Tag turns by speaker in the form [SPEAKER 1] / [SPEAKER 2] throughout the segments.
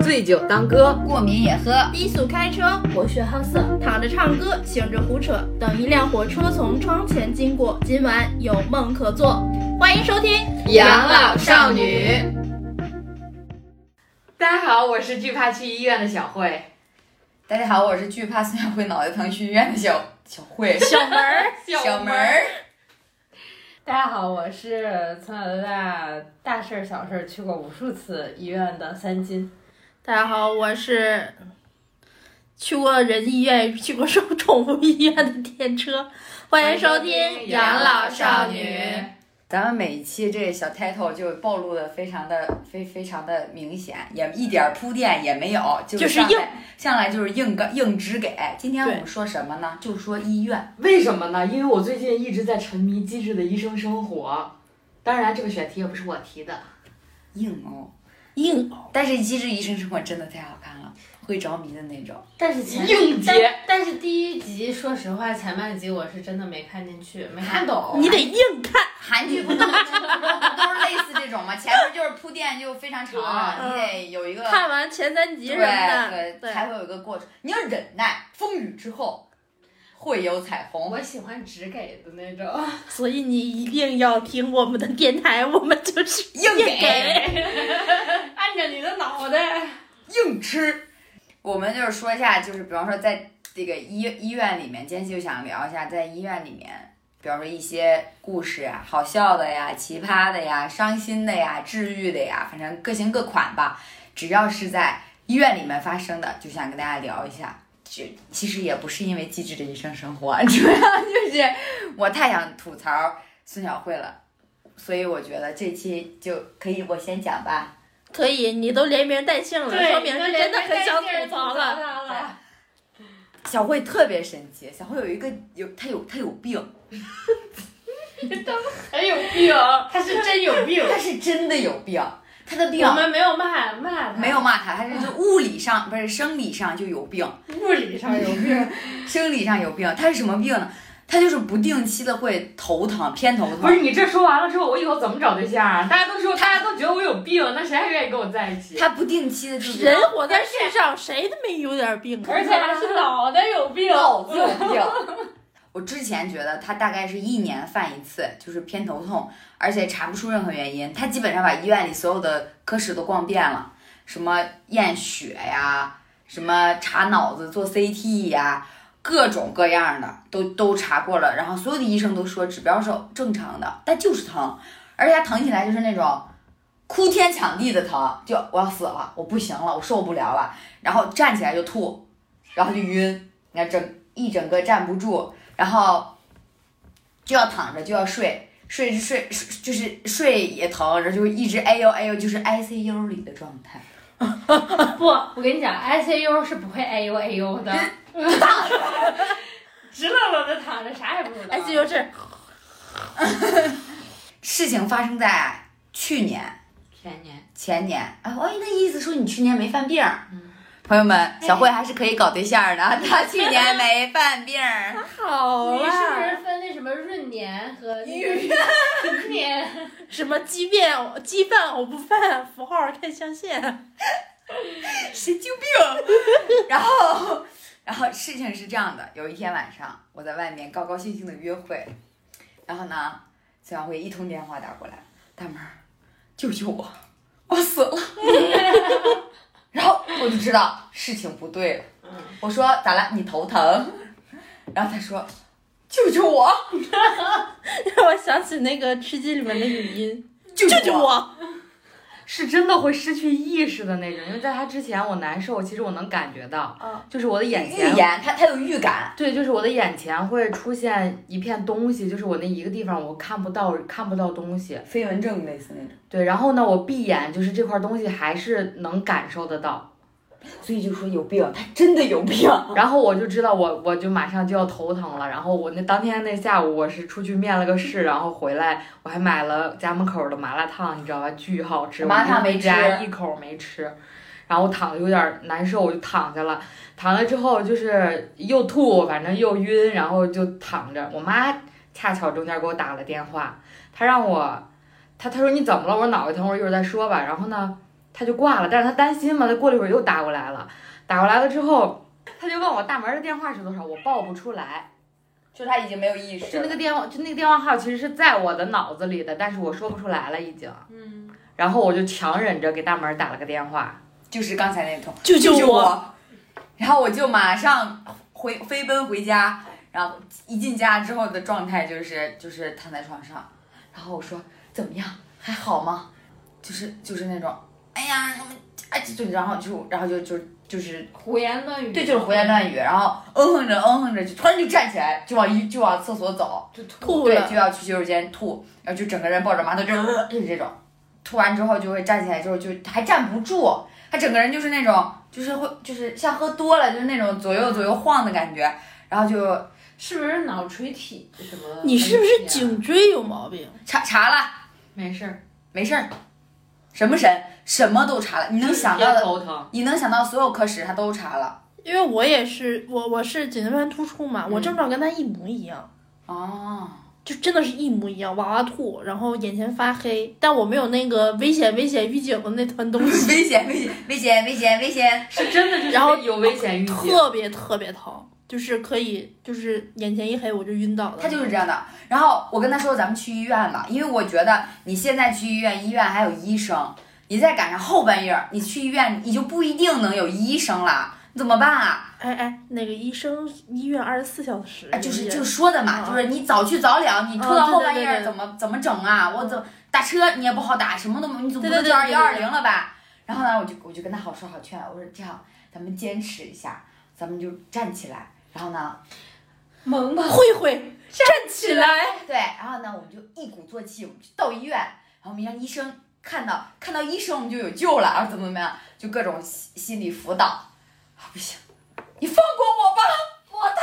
[SPEAKER 1] 醉酒当歌，
[SPEAKER 2] 过敏也喝。
[SPEAKER 3] 低速开车，博学好色，躺着唱歌，醒着胡扯。等一辆火车从窗前经过，今晚有梦可做。欢迎收听《
[SPEAKER 1] 养老少女》。大家好，我是惧怕去医院的小慧。
[SPEAKER 2] 大家好，我是惧怕孙小慧脑袋疼去医院的小小慧
[SPEAKER 3] 小门儿，
[SPEAKER 2] 小门儿。
[SPEAKER 4] 大家好，我是从小到大大事儿小事儿去过无数次医院的三金。
[SPEAKER 3] 大家好，我是去过人医院、去过兽宠物医院的电车。欢迎收听《养老少女》。
[SPEAKER 2] 咱们每一期这小 title 就暴露的非常的非非常的明显，也一点儿铺垫也没有，就
[SPEAKER 3] 就是
[SPEAKER 2] 上来
[SPEAKER 3] 硬
[SPEAKER 2] 上来就是硬刚硬直给。今天我
[SPEAKER 3] 对
[SPEAKER 2] 们说什么呢？就说医院，
[SPEAKER 1] 为什么呢？因为我最近一直在沉迷《机智的医生生活》，当然这个选题也不是我提的。
[SPEAKER 2] 硬哦。
[SPEAKER 3] 硬偶，
[SPEAKER 2] 但是《机智医生生活》真的太好看了，会着迷的那种。
[SPEAKER 4] 但是前
[SPEAKER 1] 硬结
[SPEAKER 4] 但但是第一集，说实话，前半集我是真的没看进去，没看懂。
[SPEAKER 1] 嗯
[SPEAKER 3] 你得硬看。
[SPEAKER 2] 韩剧不都都是类似这种吗？前面就是铺垫就非常长，你
[SPEAKER 3] 对
[SPEAKER 2] 得有一个
[SPEAKER 3] 看完前三集
[SPEAKER 2] 对
[SPEAKER 3] 什么的，
[SPEAKER 2] 对，才会有一个过程。你要忍耐，风雨之后会有彩虹。
[SPEAKER 4] 我喜欢直给的那 种。
[SPEAKER 3] 所以你一定要听我们的电台，我们就是
[SPEAKER 2] 硬给
[SPEAKER 4] 按着你的脑袋，
[SPEAKER 2] 硬吃。我们就是说一下，就是比方说在这个医医院里面，今天就想聊一下在医院里面，比方说一些故事啊，好笑的呀、奇葩的呀、伤心的呀、治愈的呀，反正各行各款吧。只要是在医院里面发生的，就想跟大家聊一下。这其实也不是因为机智的医生生活，主要就是我太想吐槽孙晓慧了，所以我觉得这期就可以我先讲吧。
[SPEAKER 3] 可以，你都连名带姓了，说明是真的很想吐槽了。
[SPEAKER 4] 了。
[SPEAKER 2] 小慧特别神奇，小慧有一个有她有她有病，
[SPEAKER 1] 哎
[SPEAKER 4] 很有病，
[SPEAKER 1] 啊
[SPEAKER 4] 他是真有病。
[SPEAKER 2] 她是真的有病，她的病
[SPEAKER 4] 我们没 有骂骂他，
[SPEAKER 2] 没有骂她，她是就物理上不是生理上就有病，
[SPEAKER 4] 物理上有 病，
[SPEAKER 2] 生理上有病，她是什么病呢？她就是不定期的会头疼，偏头
[SPEAKER 1] 不
[SPEAKER 2] 疼。
[SPEAKER 1] 是你这说完了之后，我以后怎么找对象啊？大家都说，大家都觉得我有病，那谁还愿意跟我在一起？
[SPEAKER 2] 她不定期的就是
[SPEAKER 3] 人活在世上，谁他没有点病啊？
[SPEAKER 4] 而且还是脑袋有病。
[SPEAKER 2] 脑子有病。 我之前觉得她大概是一年犯一次，就是偏头痛，而且查不出任何原因。她基本上把医院里所有的科室都逛遍了，什么验血呀，什么查脑子做 CT 呀，各种各样的都都查过了。然后所有的医生都说指标是正常的，但就是疼，而且她疼起来就是那种哭天抢地的疼，就我要死了，我不行了，我受不了了，然后站起来就吐，然后就晕。你看整一整个站不住，然后就要躺着就要睡，睡睡睡就是睡也疼，然后就一直哎呦哎呦，就是 ICU 里的状态，
[SPEAKER 4] 不，我跟你讲，ICU 是不会哎呦哎呦的， 直愣愣的躺着，啥也不知道。
[SPEAKER 3] 哎，这就是
[SPEAKER 2] 事情发生在去年
[SPEAKER 1] 前年
[SPEAKER 2] 前年，哎，我那意思说你去年没犯病。朋友们，小慧还是可以搞对象的，她去年没犯病。
[SPEAKER 3] 好
[SPEAKER 4] 你是不
[SPEAKER 3] 啦
[SPEAKER 4] 是，分那什么闰年和那个闰年？
[SPEAKER 3] 什么鸡变鸡饭偶不犯，符号看象限。
[SPEAKER 2] 神经病。 然后，然后事情是这样的，有一天晚上，我在外面高高兴兴的约会，然后呢，孙晓慧一通电话打过来，大门儿，救救我，我死了。 然后我就知道事情不对了，我说咋了？你头疼？然后他说，救救我，
[SPEAKER 3] 让我想起那个《吃鸡》里面的语音，
[SPEAKER 2] 救
[SPEAKER 3] 救救
[SPEAKER 2] 我。
[SPEAKER 3] 我！
[SPEAKER 1] 是真的会失去意识的那种，因为在他之前我难受，其实我能感觉到，
[SPEAKER 3] 嗯
[SPEAKER 1] 就是我的眼
[SPEAKER 2] 预
[SPEAKER 1] 前
[SPEAKER 2] 言，他他有预感，
[SPEAKER 1] 对，就是我的眼前会出现一片东西，就是我那一个地方我看不到看不到东西。
[SPEAKER 2] 飞蚊症类似那种，
[SPEAKER 1] 对，然后呢，我闭眼就是这块东西还是能感受得到，
[SPEAKER 2] 所以就说有病，他真的有病。
[SPEAKER 1] 然后我就知道我我就马上就要头疼了。然后我那当天那下午我是出去面了个试，然后回来我还买了家门口的麻辣烫，你知道吧？巨好吃，
[SPEAKER 2] 麻辣
[SPEAKER 1] 我就
[SPEAKER 2] 烫没
[SPEAKER 1] 一家
[SPEAKER 2] 吃
[SPEAKER 1] 一口没吃。然后躺着有点难受，我就躺下了。躺了之后就是又吐，反正又晕，然后就躺着。我妈恰巧中间给我打了电话，她让我，她她说你怎么了？我说脑袋疼，我说一会儿再说吧。然后呢，他就挂了，但是他担心嘛，他过了一会儿又打过来了，打过来了之后，他就问我大门的电话是多少，我报不出来，
[SPEAKER 2] 就他已经没有意识
[SPEAKER 1] 就那
[SPEAKER 2] 了。
[SPEAKER 1] 个电话，就那个电话号其实是在我的脑子里的，但是我说不出来了已经，
[SPEAKER 4] 嗯，
[SPEAKER 1] 然后我就强忍着给大门打了个电话，
[SPEAKER 2] 就是刚才那通，
[SPEAKER 3] 救
[SPEAKER 2] 救
[SPEAKER 3] 救我！
[SPEAKER 2] 我！然后我就马上回飞奔回家，然后一进家之后的状态就是就是躺在床上，然后我说怎么样，还好吗？就是就是那种，哎呀，你们哎就然后就然后就就就是
[SPEAKER 4] 胡言乱语，
[SPEAKER 2] 对，就是胡言乱语，然后嗯哼着嗯哼着，就突然就站起来，就往一就往厕所走，
[SPEAKER 4] 就吐。
[SPEAKER 3] 吐
[SPEAKER 2] 对，
[SPEAKER 3] 了，
[SPEAKER 2] 就要去洗手间吐，然后就整个人抱着马桶就呃就是这种，吐完之后就会站起来之后就还站不住，他整个人就是那种就是会就是像喝多了就是那种左右左右晃的感觉，然后就是
[SPEAKER 4] 不是脑垂体什么？
[SPEAKER 3] 你是不是？颈椎有毛病？
[SPEAKER 2] 查查了
[SPEAKER 1] 没事儿，
[SPEAKER 2] 没事儿，什么神什么都查了，你能想到
[SPEAKER 1] 别
[SPEAKER 2] 的
[SPEAKER 1] 头疼，
[SPEAKER 2] 你能想到所有科室他都查了。
[SPEAKER 3] 因为我也是，我我是颈椎盘突出嘛，我症状跟他一模一样，
[SPEAKER 2] 哦，
[SPEAKER 3] 就真的是一模一样，哇哇吐，然后眼前发黑，但我没有那个危险危险预警的那团东 西，
[SPEAKER 2] 危险危险危险危险危险！
[SPEAKER 1] 是真的就是
[SPEAKER 3] 然后
[SPEAKER 1] 有危险 预警，
[SPEAKER 3] 特别特别疼，就是可以就是眼前一黑我就晕倒了。
[SPEAKER 2] 他就是这样的。然后我跟他说咱们去医院了，因为我觉得你现在去医院，医院还有医生，你再赶上后半夜儿你去医院，你就不一定能有医生了，你怎么办啊？
[SPEAKER 3] 哎哎，那个医生医院二十四小时
[SPEAKER 2] 哎，就是
[SPEAKER 3] 也
[SPEAKER 2] 就说的嘛，
[SPEAKER 3] 啊
[SPEAKER 2] 就是你早去早了，你拖
[SPEAKER 3] 哦
[SPEAKER 2] 到
[SPEAKER 3] 对
[SPEAKER 2] 后
[SPEAKER 3] 对
[SPEAKER 2] 半
[SPEAKER 3] 对
[SPEAKER 2] 夜儿
[SPEAKER 3] 对嗯
[SPEAKER 2] 怎么怎么整啊？我怎么打车你也不好打，什么都没有，你总不
[SPEAKER 3] 对
[SPEAKER 2] 能
[SPEAKER 3] 对
[SPEAKER 2] 叫二
[SPEAKER 3] 对
[SPEAKER 2] 幺
[SPEAKER 3] 对
[SPEAKER 2] 二
[SPEAKER 3] 对
[SPEAKER 2] 零了吧？然后呢，我就我就跟他好说好劝，我说这样，咱们坚持一下，咱们就站起来。然后呢，
[SPEAKER 4] 萌吧，
[SPEAKER 3] 慧慧站起来，
[SPEAKER 2] 对，然后呢，我们就一鼓作气，我们就到医院，然后我们让医生看到，看到医生我们就有救了，啊然后怎么怎么样，就各种心心理辅导。啊，不行，你放过我吧，我太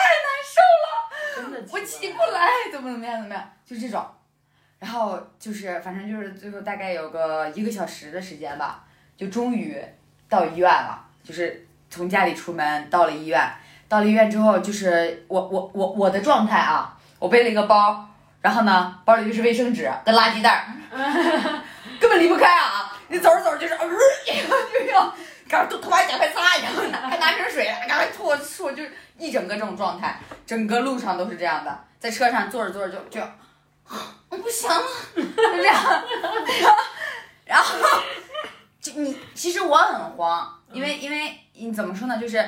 [SPEAKER 1] 真的
[SPEAKER 2] 我起不来，怎么怎么样怎么样，就这种。然后就是反正就是最后大概有个一个小时的时间吧，就终于到医院了，就是从家里出门到了医院。到了医院之后，就是我我我我的状态啊，我背了一个包，然后呢，包里就是卫生纸跟垃圾袋儿， 根本离不开啊。你走着走着就是，呃， 然后就要赶快拖把赶快擦，然后拿还拿瓶水，赶快吐吐，就是一整个这种状态，整个路上都是这样的。在车上坐着坐着就就，我不行了，就这样， 然后然后就你其实我很慌，因为因为你怎么说呢，就是。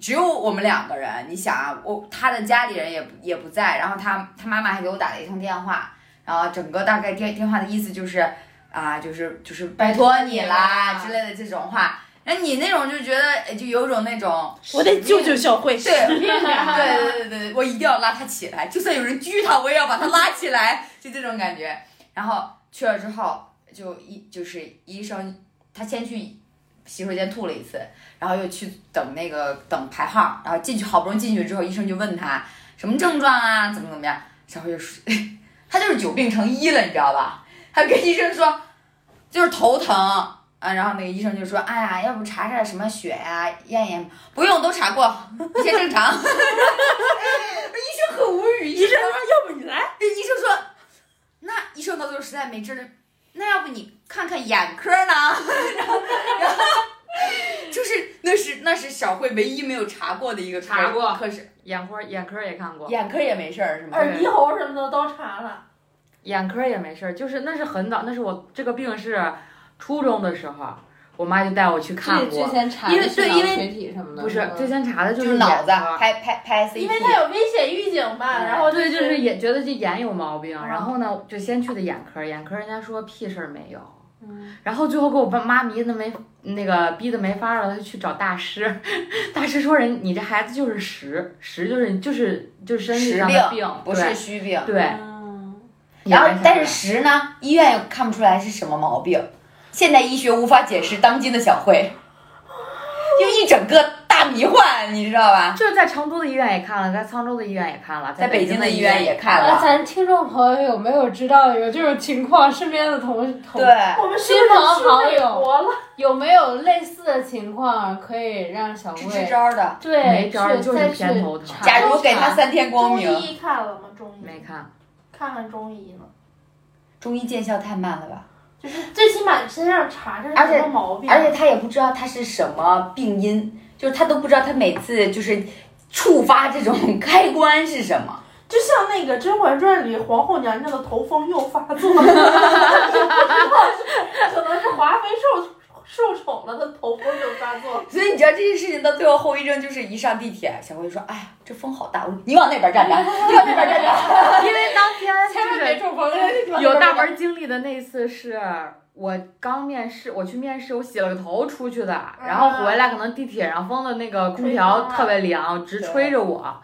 [SPEAKER 2] 只有我们两个人，你想啊，我他的家里人也不也不在，然后他他妈妈还给我打了一通电话，然后整个大概电电话的意思就是啊，就是就是拜托你啦之类的这种话。那你那种就觉得哎就有种那种，
[SPEAKER 4] 啊
[SPEAKER 3] 我得救救小慧。
[SPEAKER 2] 对对
[SPEAKER 3] 啊
[SPEAKER 2] 对对对，我一定要拉他起来，就算有人拘他，我也要把他拉起来，就这种感觉。然后去了之后，就医就是医生，他先去洗手间吐了一次，然后又去等那个等排号，然后进去好不容易进去之后，医生就问他什么症状啊，怎么怎么样，小慧就说他就是久病成医了，你知道吧？他跟医生说就是头疼啊，然后那个医生就说，哎呀，要不查查什么血呀、验验，不用都查过， 一切正常。医生很无语，医
[SPEAKER 3] 医
[SPEAKER 2] 生
[SPEAKER 3] 生说：“要不你来。
[SPEAKER 2] 医生说，那医生到最后实在没治了，那要不你看看眼科呢？ 然后，然后就是那是那是小慧唯一没有查过的一个科
[SPEAKER 1] 查过
[SPEAKER 2] 科室，
[SPEAKER 1] 眼科眼科也看过，
[SPEAKER 2] 眼科也没事儿是吗？
[SPEAKER 3] 耳鼻喉什么的都查了，
[SPEAKER 1] 眼科也没事儿，就是那是很早，那是我这个病是初中的时候，我妈就带我去看
[SPEAKER 4] 对，之
[SPEAKER 1] 过，
[SPEAKER 4] 前查
[SPEAKER 1] 因为对因为
[SPEAKER 4] 垂体什么的，
[SPEAKER 1] 不是
[SPEAKER 4] 吗
[SPEAKER 1] 最先查的
[SPEAKER 2] 嗯就是是脑子
[SPEAKER 1] 眼科
[SPEAKER 2] 拍拍拍 CT，
[SPEAKER 3] 因为他有危险预警吧，
[SPEAKER 2] 对嗯
[SPEAKER 3] 然后
[SPEAKER 1] 啊对，
[SPEAKER 3] 就
[SPEAKER 1] 就是也觉得这眼有毛病，然后呢就先去的眼科，眼科人家说屁事儿没有，
[SPEAKER 4] 嗯
[SPEAKER 1] 然后最后给我爸妈迷的没那个逼的没法了，他就去找大师， 大师说人你这孩子就是实实就是就是就是身体
[SPEAKER 2] 实
[SPEAKER 1] 上
[SPEAKER 2] 病
[SPEAKER 1] 的病，
[SPEAKER 2] 不是
[SPEAKER 1] 对
[SPEAKER 2] 虚病。
[SPEAKER 1] 对，
[SPEAKER 4] 嗯
[SPEAKER 2] 然后，但是
[SPEAKER 1] 是
[SPEAKER 2] 实呢，医院又看不出来是什么毛病。现代医学无法解释当今的小慧，就一整个大迷幻，你知道吧？
[SPEAKER 1] 就是在成都的医院也看了，在沧州的医院也看了，
[SPEAKER 2] 在北京
[SPEAKER 1] 京
[SPEAKER 2] 的医
[SPEAKER 1] 医
[SPEAKER 2] 院也看
[SPEAKER 4] 那
[SPEAKER 1] 啊
[SPEAKER 2] 了，
[SPEAKER 4] 咱听众朋友有没有知道有这种情况？身边的同同
[SPEAKER 2] 对，
[SPEAKER 3] 我们
[SPEAKER 4] 亲朋好
[SPEAKER 3] 去美
[SPEAKER 4] 友
[SPEAKER 3] 国了，
[SPEAKER 4] 有没有类似的情况可以让小
[SPEAKER 2] 支支
[SPEAKER 4] 魏
[SPEAKER 2] 招的。
[SPEAKER 4] 对
[SPEAKER 1] 没招儿
[SPEAKER 4] 去
[SPEAKER 1] 就是
[SPEAKER 4] 再去
[SPEAKER 1] 偏头疼
[SPEAKER 4] 查
[SPEAKER 2] 假如给他三天光
[SPEAKER 3] 中
[SPEAKER 2] 明，
[SPEAKER 3] 医看了吗？中医
[SPEAKER 1] 没看。
[SPEAKER 3] 看看中医呢，
[SPEAKER 2] 中医见效太慢了吧？
[SPEAKER 3] 就是最起码
[SPEAKER 5] 敢身上查查
[SPEAKER 2] 而且
[SPEAKER 5] 什么毛病，
[SPEAKER 2] 而且他也不知道他是什么病因，就是他都不知道他每次就是触发这种开关是什么。
[SPEAKER 5] 就像那个《甄嬛传》里皇后娘娘的头风又发作了， 就不知道是可能是华妃受受宠了，她头风又发作了。
[SPEAKER 2] 所以你知道这件事情到最后后遗症就是一上地铁，小辉就说：“哎呀，这风好大，我说你往那边 站站，你往那边站 站。
[SPEAKER 1] 因为当天
[SPEAKER 5] 千万别
[SPEAKER 1] 就
[SPEAKER 5] 中风！
[SPEAKER 1] 是有大门经历的那次是。我刚面试，我去面试，我洗了个头出去的，然后回来可能地铁上风的那个空
[SPEAKER 5] 吹
[SPEAKER 1] 调
[SPEAKER 5] 风啊
[SPEAKER 1] 特别凉，直吹着我，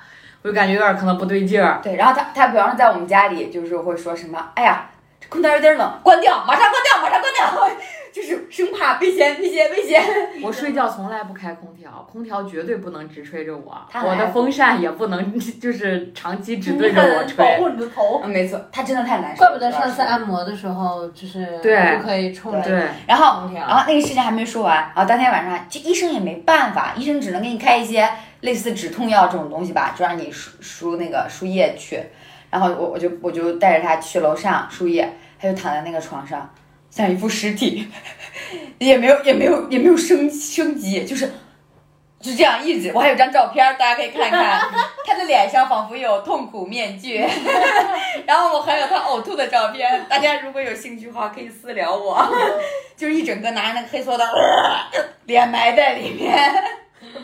[SPEAKER 1] 我就感觉有点可能不对劲儿”。
[SPEAKER 2] 对，然后他他比方说在我们家里就是会说什么：“哎呀，这空调有点冷，关掉，马上关掉，马上关掉。” 就是生怕危险，危险，危险。
[SPEAKER 1] 我睡觉从来不开空调，空调绝对不能直吹着我，
[SPEAKER 2] 他还
[SPEAKER 1] 我的风扇也不能 就是长期直对
[SPEAKER 5] 你
[SPEAKER 1] 着我
[SPEAKER 5] 很保
[SPEAKER 1] 吹。
[SPEAKER 5] 护你的头，
[SPEAKER 2] 嗯，没错，他真的太难受
[SPEAKER 4] 怪
[SPEAKER 2] 了。
[SPEAKER 4] 不得上次按摩的时候就是
[SPEAKER 1] 对
[SPEAKER 4] 不可以冲着
[SPEAKER 1] 对，
[SPEAKER 2] 然后
[SPEAKER 4] 空
[SPEAKER 2] 然
[SPEAKER 4] 调，
[SPEAKER 2] 后那个事情还没说完，然后当天晚上，这医生也没办法，医生只能给你开一些类似止痛药这种东西吧，就让你输输那个输液去。然后我我就我就带着他去楼上输液，他就躺在那个床上，像一副尸体， 也没有也没有也没有升升级，就是就这样一直。我还有张照片，大家可以看看，他的脸上仿佛有痛苦面具， 然后我还有他呕吐的照片，大家如果有兴趣的话可以私聊我。就是一整个拿着那个黑塑料 袋，呃脸埋在里面。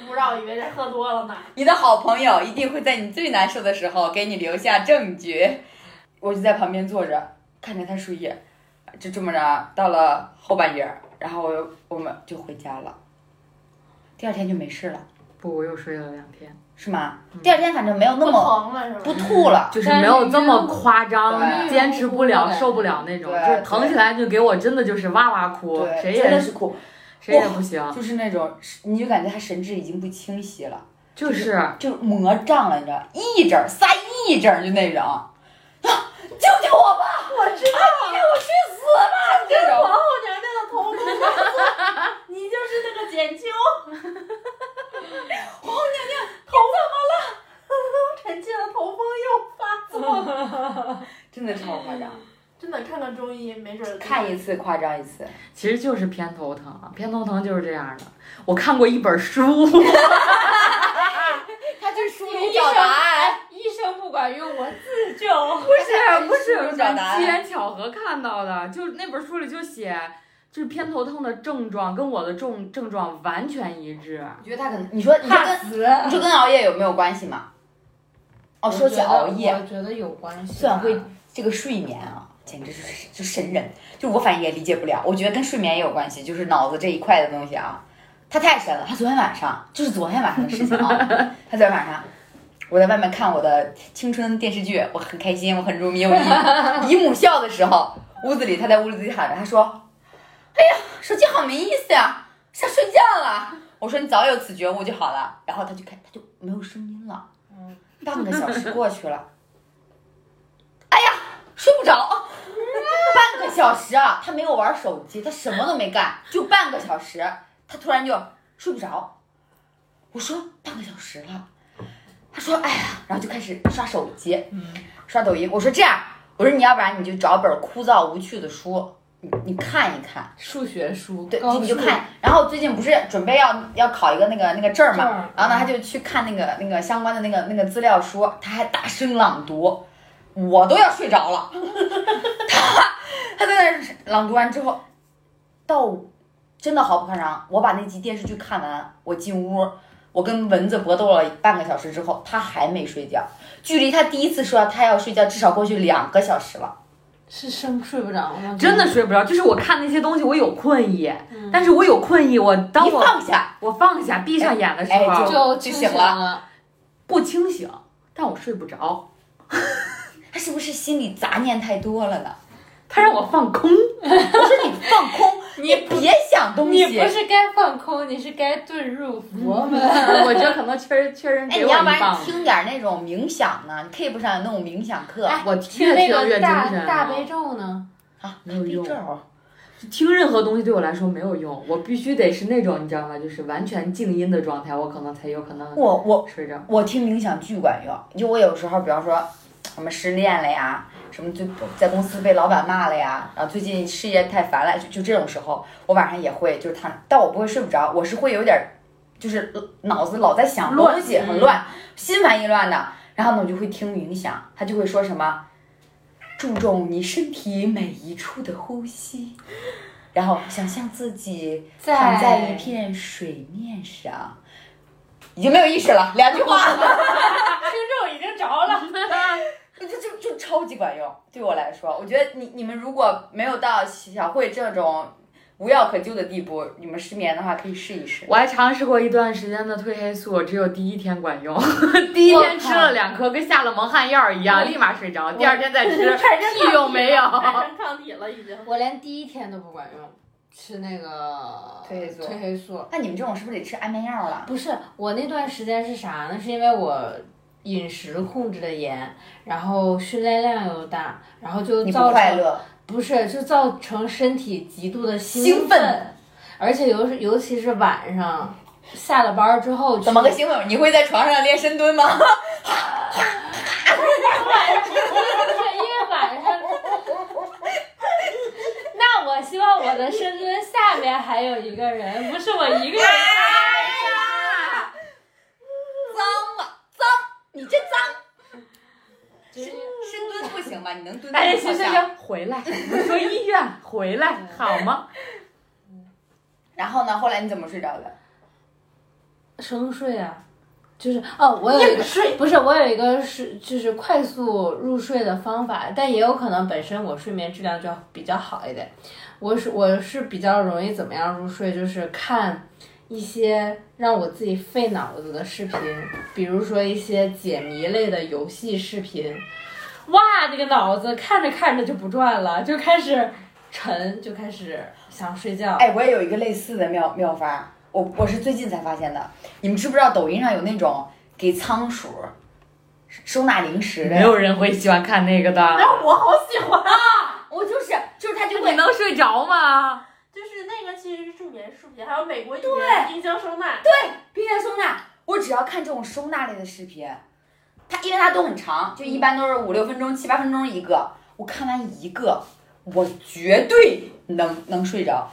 [SPEAKER 5] 不知道以为人喝多了呢。
[SPEAKER 2] 你的好朋友一定会在你最难受的时候给你留下证据。我就在旁边坐着，看着他输液，就这么着到了后半夜儿，然后我又我们就回家了。第二天就没事了，
[SPEAKER 1] 不，我又睡了两天，
[SPEAKER 2] 是吗？
[SPEAKER 1] 嗯
[SPEAKER 2] 第二天反正没有那
[SPEAKER 5] 不
[SPEAKER 2] 么
[SPEAKER 5] 疼了是吧？
[SPEAKER 2] 不吐了。
[SPEAKER 1] 就是没有这么夸张，
[SPEAKER 2] 对
[SPEAKER 1] 坚持不了、受不了那种，
[SPEAKER 2] 对
[SPEAKER 1] 就是疼起来就给我真的就是哇哇哭，谁
[SPEAKER 2] 对，真的
[SPEAKER 1] 也
[SPEAKER 2] 是苦，
[SPEAKER 1] 谁也不行，
[SPEAKER 2] 就是那种，你就感觉他神志已经不清晰了。
[SPEAKER 1] 就是
[SPEAKER 2] 就是魔障了，你知道，癔症撒癔症就那种，啊，救救我吧！我知道，啊、你让我去死吧！这
[SPEAKER 5] 皇
[SPEAKER 2] 种，
[SPEAKER 5] 后娘娘的头风发作，你就是那个简秋。皇后娘娘头怎么了？臣妾的头风又发作了。
[SPEAKER 2] 真的超夸张，
[SPEAKER 5] 真的看看中医，没准儿
[SPEAKER 2] 看一次夸张一次。
[SPEAKER 1] 其实就是偏头疼，啊偏头疼就是这样的。我看过一本 书，
[SPEAKER 2] 他就是输
[SPEAKER 4] 入
[SPEAKER 2] 入
[SPEAKER 4] 表
[SPEAKER 2] 表
[SPEAKER 4] 达
[SPEAKER 2] 达，
[SPEAKER 4] 医生不管用，我自救。
[SPEAKER 1] 不是不是，
[SPEAKER 2] 找答案
[SPEAKER 1] 机缘巧合看到的，就那本书里就写，就是偏头疼的症状跟我的症症状完全一致。
[SPEAKER 2] 我觉得他可能，你说你说跟
[SPEAKER 4] 死。
[SPEAKER 2] 你说跟熬夜有没有关系吗？哦，说起熬夜，
[SPEAKER 4] 我觉得有关系吧。
[SPEAKER 2] 虽然会这个睡眠啊，简直就是就神人，就我反正也理解不了。我觉得跟睡眠也有关系，就是脑子这一块的东西啊，他太神了。他昨天晚上，就是昨天晚上的事情啊，他昨天晚上。我在外面看我的青春电视剧，我很开心，我很入迷。我姨姨母笑的时候，屋子里他在屋子里喊着，他说：“哎呀，手机好没意思呀、想睡觉了。”我说：“你早有此觉悟就好了。”然后他就看，他就没有声音了。半个小时过去了，睡不着，半个小时啊，他没有玩手机，他什么都没干，就半个小时，他突然就睡不着。我说半个小时了，他说哎呀，然后就开始刷手机，刷抖音。我说这样，我说你要不然你就找本枯燥无趣的书，你你看一看，
[SPEAKER 4] 数学书，
[SPEAKER 2] 对，
[SPEAKER 4] 高
[SPEAKER 2] 你就
[SPEAKER 4] 数
[SPEAKER 2] 看。然后最近不是准备要要考一个那个那个证儿嘛
[SPEAKER 4] 证儿，
[SPEAKER 2] 然后呢，他就去看那个那个相关的那个那个资料书，他还大声朗读，我都要睡着 了。他他在那儿朗读完之后，到真的毫不夸张，我把那集电视剧看完，我进屋。我跟蚊子搏斗了半个小时之后，他还没睡觉，距离他第一次说他要睡觉至少过去两个小时了。
[SPEAKER 4] 是生睡不着吗？
[SPEAKER 1] 真的睡不着，就是我看那些东西，我有困意，但是我有困意，我当
[SPEAKER 4] 啊
[SPEAKER 2] 一
[SPEAKER 1] 我
[SPEAKER 2] 放下，
[SPEAKER 1] 我嗯放下闭上眼的时候、
[SPEAKER 2] 哎就
[SPEAKER 4] 就
[SPEAKER 2] 就
[SPEAKER 4] 清
[SPEAKER 2] 醒
[SPEAKER 4] 了。
[SPEAKER 1] 不清醒，但我睡不着，
[SPEAKER 2] 他是不是心里杂念太多了呢？
[SPEAKER 1] 它让我放空。
[SPEAKER 2] 我说你放空，你别想东西。
[SPEAKER 4] 你不是该放空，你是该遁入佛门。
[SPEAKER 1] 我觉得可能确实确实
[SPEAKER 2] 哎，
[SPEAKER 1] 给
[SPEAKER 2] 你
[SPEAKER 1] 我一
[SPEAKER 2] 要不然
[SPEAKER 1] 棒
[SPEAKER 2] 你。听点那种冥想呢？你 Keep 上有那种冥想课，
[SPEAKER 4] 哎
[SPEAKER 1] 我
[SPEAKER 4] 去
[SPEAKER 1] 越
[SPEAKER 4] 那
[SPEAKER 1] 听越
[SPEAKER 4] 个
[SPEAKER 1] 精
[SPEAKER 4] 大
[SPEAKER 1] 神
[SPEAKER 4] 大
[SPEAKER 1] 了
[SPEAKER 4] 悲咒呢？
[SPEAKER 1] 啊没有用啊
[SPEAKER 2] 这。儿啊
[SPEAKER 1] 听任何东西对我来说没有用，我必须得是那种你知道吗？就是完全静音的状态，我可能才有可能
[SPEAKER 2] 我我
[SPEAKER 1] 睡着。
[SPEAKER 2] 我听冥想巨管用，就我有时候，比方说我们失恋了呀，什么就在公司被老板骂了呀，然后最近事业太烦了，就就这种时候，我晚上也会就是躺，但我不会睡不着，我是会有点儿，就是脑子老在想
[SPEAKER 5] 乱
[SPEAKER 2] 东西，很乱，心烦意乱的。然后呢，我就会听冥想，他就会说什么，注重你身体每一处的呼吸，然后想象自己躺在一片水面上，已经没有意识了，两句话。
[SPEAKER 4] 听众已经着了。
[SPEAKER 2] 就就就超级管用，对我来说，我觉得你你们如果没有到小慧这种无药可救的地步，你们失眠的话可以试一试。
[SPEAKER 1] 我还尝试过一段时间的褪黑素，只有第一天管用，第一天吃了两颗，跟下了蒙汗药一样，立马睡着。第二天再吃，
[SPEAKER 5] 产生
[SPEAKER 1] 屁用没有
[SPEAKER 5] 产生抗体了已经。
[SPEAKER 4] 我连第一天都不管用，吃那个
[SPEAKER 2] 褪黑素
[SPEAKER 4] 褪黑素
[SPEAKER 2] 那你们这种是不是得吃安眠药了？
[SPEAKER 4] 不是我那段时间是啥呢？是因为我饮食控制的严，然后训练量又大，然后就
[SPEAKER 2] 你不
[SPEAKER 1] 哦
[SPEAKER 4] 造
[SPEAKER 2] 快
[SPEAKER 4] 成
[SPEAKER 2] 乐，
[SPEAKER 4] 不是就造成身体极度的
[SPEAKER 2] 兴奋
[SPEAKER 4] 奋，而且尤尤其是晚上下了班儿之后去，
[SPEAKER 2] 怎么个兴奋？你会在床上练深蹲 吗？
[SPEAKER 4] 不是因为晚上。 那我希望我的深蹲下面还有一个人，不是我一个人。
[SPEAKER 1] 哎
[SPEAKER 2] 脏了，脏，你真脏！
[SPEAKER 4] 就是
[SPEAKER 2] 深蹲不行吧？你能蹲
[SPEAKER 1] 哎，
[SPEAKER 2] 在床
[SPEAKER 1] 行行
[SPEAKER 2] 下。
[SPEAKER 1] 行，回 来，我说医院回来好吗？
[SPEAKER 2] 然后呢？后来你怎么睡着的？
[SPEAKER 4] 生睡啊，就是哦，我有一个
[SPEAKER 5] 睡
[SPEAKER 4] 不是我有一个是就是快速入睡的方法，但也有可能本身我睡眠质量就比较好一点。我是我是比较容易怎么样入睡，就是看一些让我自己费脑子的视频，比如说一些解谜类的游戏视频。哇，这个脑子看着看着就不转了，就开始沉，就开始想睡觉。
[SPEAKER 2] 哎，我也有一个类似的妙妙法，我我是最近才发现的。你们知不知道抖音上有那种给仓鼠收纳零食的
[SPEAKER 1] 没？有人会喜欢看那个的。
[SPEAKER 5] 然后我好喜欢，
[SPEAKER 2] 我就是就是他就
[SPEAKER 1] 哎你
[SPEAKER 2] 会
[SPEAKER 1] 能睡着吗？
[SPEAKER 5] 就是那个其实是助眠视频，还有美国女人冰箱收纳，
[SPEAKER 2] 冰箱收纳，我只要看这种收纳类的视频，它因为它都很长，就一般都是五六分钟、七八分钟一个。我看完一个，我绝对能能睡着，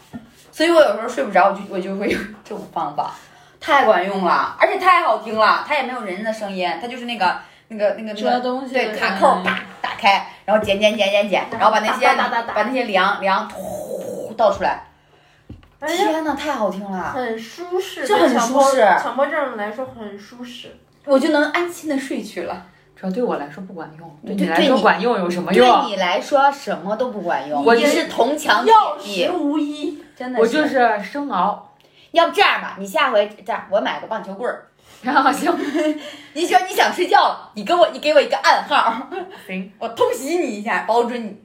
[SPEAKER 2] 所以我有时候睡不着，我就我就会用这种方法，太管用了，而且太好听了，它也没有人的声音，它就是那个那个那个那
[SPEAKER 4] 折
[SPEAKER 2] 个
[SPEAKER 4] 东西
[SPEAKER 2] 对
[SPEAKER 1] 嗯
[SPEAKER 2] 卡扣啪打开，然后剪剪剪剪剪，然后把那些
[SPEAKER 5] 哒哒哒哒哒
[SPEAKER 2] 把那些凉凉突倒出来，
[SPEAKER 5] 而
[SPEAKER 1] 哎
[SPEAKER 5] 且
[SPEAKER 2] 天呐，太好听了，
[SPEAKER 5] 很舒适，
[SPEAKER 2] 这很
[SPEAKER 5] 对强迫
[SPEAKER 2] 舒适
[SPEAKER 5] 强迫症来说很舒适。
[SPEAKER 2] 我就能安心的睡去了。
[SPEAKER 1] 主要对我来说不管用，对
[SPEAKER 2] 对
[SPEAKER 1] 你来
[SPEAKER 2] 对
[SPEAKER 1] 说
[SPEAKER 2] 你
[SPEAKER 1] 管用有什么
[SPEAKER 2] 对
[SPEAKER 1] 用？
[SPEAKER 2] 你来说什么都不管用，
[SPEAKER 1] 我
[SPEAKER 2] 你
[SPEAKER 1] 就是
[SPEAKER 2] 是铜墙铁
[SPEAKER 5] 药
[SPEAKER 2] 壁
[SPEAKER 5] 石，无一，
[SPEAKER 2] 真的
[SPEAKER 1] 我就是生熬，
[SPEAKER 2] 要不这样吧，你下回这样，我买个棒球棍儿。
[SPEAKER 1] 然后行
[SPEAKER 2] 你说你想睡觉了，你跟我，你给我一个暗号，
[SPEAKER 1] 行。
[SPEAKER 2] 我通袭你一下，保准你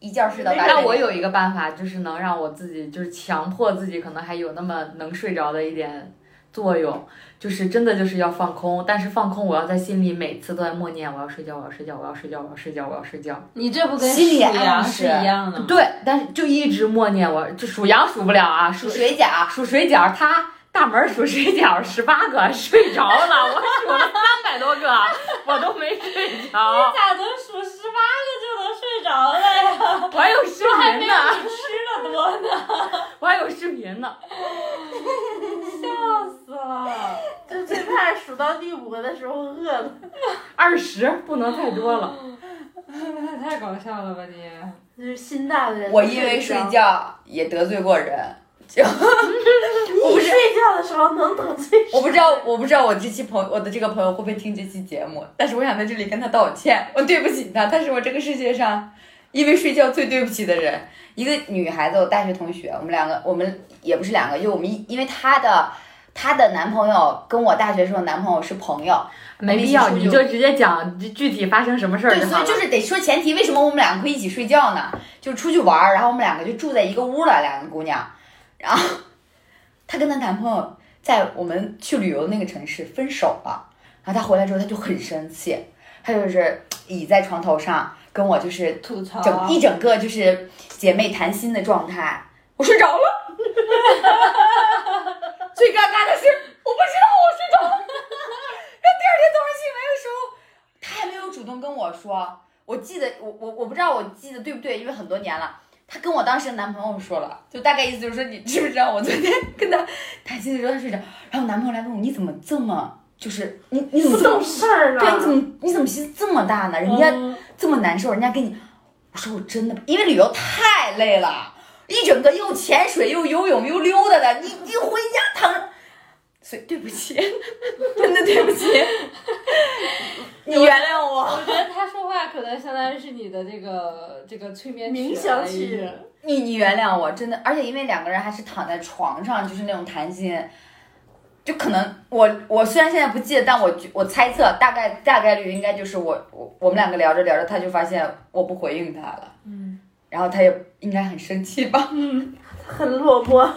[SPEAKER 2] 一觉睡到大
[SPEAKER 1] 那
[SPEAKER 2] 半夜。
[SPEAKER 1] 我有一个办法，就是能让我自己，就是强迫自己，可能还有那么能睡着的一点作用，就是真的就是要放空，但是放空我要在心里每次都在默念我要睡觉，我要睡觉，我要睡觉，我要睡觉，我要睡觉。
[SPEAKER 4] 你这不跟
[SPEAKER 2] 心
[SPEAKER 4] 数
[SPEAKER 2] 理暗
[SPEAKER 4] 羊
[SPEAKER 2] 示
[SPEAKER 4] 是一样的吗？
[SPEAKER 1] 对，但是就一直默念我，就数羊数不了啊，数
[SPEAKER 2] 数水饺，
[SPEAKER 1] 数水饺，他大门数水饺十八个，睡着了，我数了三百多个，我都没睡着，
[SPEAKER 4] 咋能数十八个就能睡着了呀？
[SPEAKER 1] 我还有视
[SPEAKER 4] 还没
[SPEAKER 1] 频
[SPEAKER 4] 有
[SPEAKER 1] 呢，
[SPEAKER 4] 你吃的多 呢，
[SPEAKER 1] 我还有视频呢。
[SPEAKER 4] 笑死了！
[SPEAKER 5] 就 最怕数到第五个的时候饿了。
[SPEAKER 1] 二十不能太多了，
[SPEAKER 4] 太搞笑了吧你？
[SPEAKER 5] 就是心大的人。
[SPEAKER 2] 我因为睡，觉也得罪过人。就我不
[SPEAKER 5] 你
[SPEAKER 2] 是，
[SPEAKER 5] 睡觉的时候能得罪谁？
[SPEAKER 2] 我不知道，我不知道我这期朋我的这个朋友会不会听这期节目，但是我想在这里跟他道歉，我对不起他，他是我这个世界上因为睡觉最对不起的人。一个女孩子，我大学同学，我们两个，我们也不是两个，就我们一因为她的她的男朋友跟我大学时候的男朋友是朋友，
[SPEAKER 1] 没必要，
[SPEAKER 2] 没
[SPEAKER 1] 你
[SPEAKER 2] 事
[SPEAKER 1] 就直接讲具具体发生什么事儿
[SPEAKER 2] 对，
[SPEAKER 1] 好
[SPEAKER 2] 所以
[SPEAKER 1] 了。
[SPEAKER 2] 就是得说前提，为什么我们两个会一起睡觉呢？就是出去玩儿，然后我们两个就住在一个屋了，两个姑娘。然后她跟她男朋友在我们去旅游的那个城市分手了，然后她回来之后，她就很生气，她就是倚在床头上跟我就是
[SPEAKER 4] 吐槽啊
[SPEAKER 2] 整一整个就是姐妹谈心的状态。我睡着了， 最尴尬的是我不知道我睡着了。然后第二天早上醒来的时候，他还没有主动跟我说，我记得我我我不知道我记得对不对，因为很多年了。她跟我当时的男朋友说了，就大概意思就是说，你知不知道我昨天跟他谈心的时候她睡着，然后我男朋友来问我你怎么这么就是你你怎么
[SPEAKER 5] 不
[SPEAKER 2] 这么
[SPEAKER 5] 懂事儿呢？
[SPEAKER 2] 对，你怎么你怎么心这么大呢？人家
[SPEAKER 5] 嗯
[SPEAKER 2] 这么难受，人家跟你，我说我真的，因为旅游太累了，一整个又潜水又游泳又溜达的，你你回家躺着，所以对不起， 真的对不起，你原谅我。
[SPEAKER 4] 我觉得他说话可能相当于是你的这个这个催眠曲
[SPEAKER 5] 冥想
[SPEAKER 4] 了已
[SPEAKER 5] 曲
[SPEAKER 4] 经
[SPEAKER 2] 你你原谅我，真的，而且因为两个人还是躺在床上，就是那种谈心，就可能我我虽然现在不记得，但我觉我猜测大概大概率应该就是我我我们两个聊着聊着，他就发现我不回应他了，
[SPEAKER 5] 嗯，
[SPEAKER 2] 然后他也应该很生气吧？
[SPEAKER 5] 很落 寞。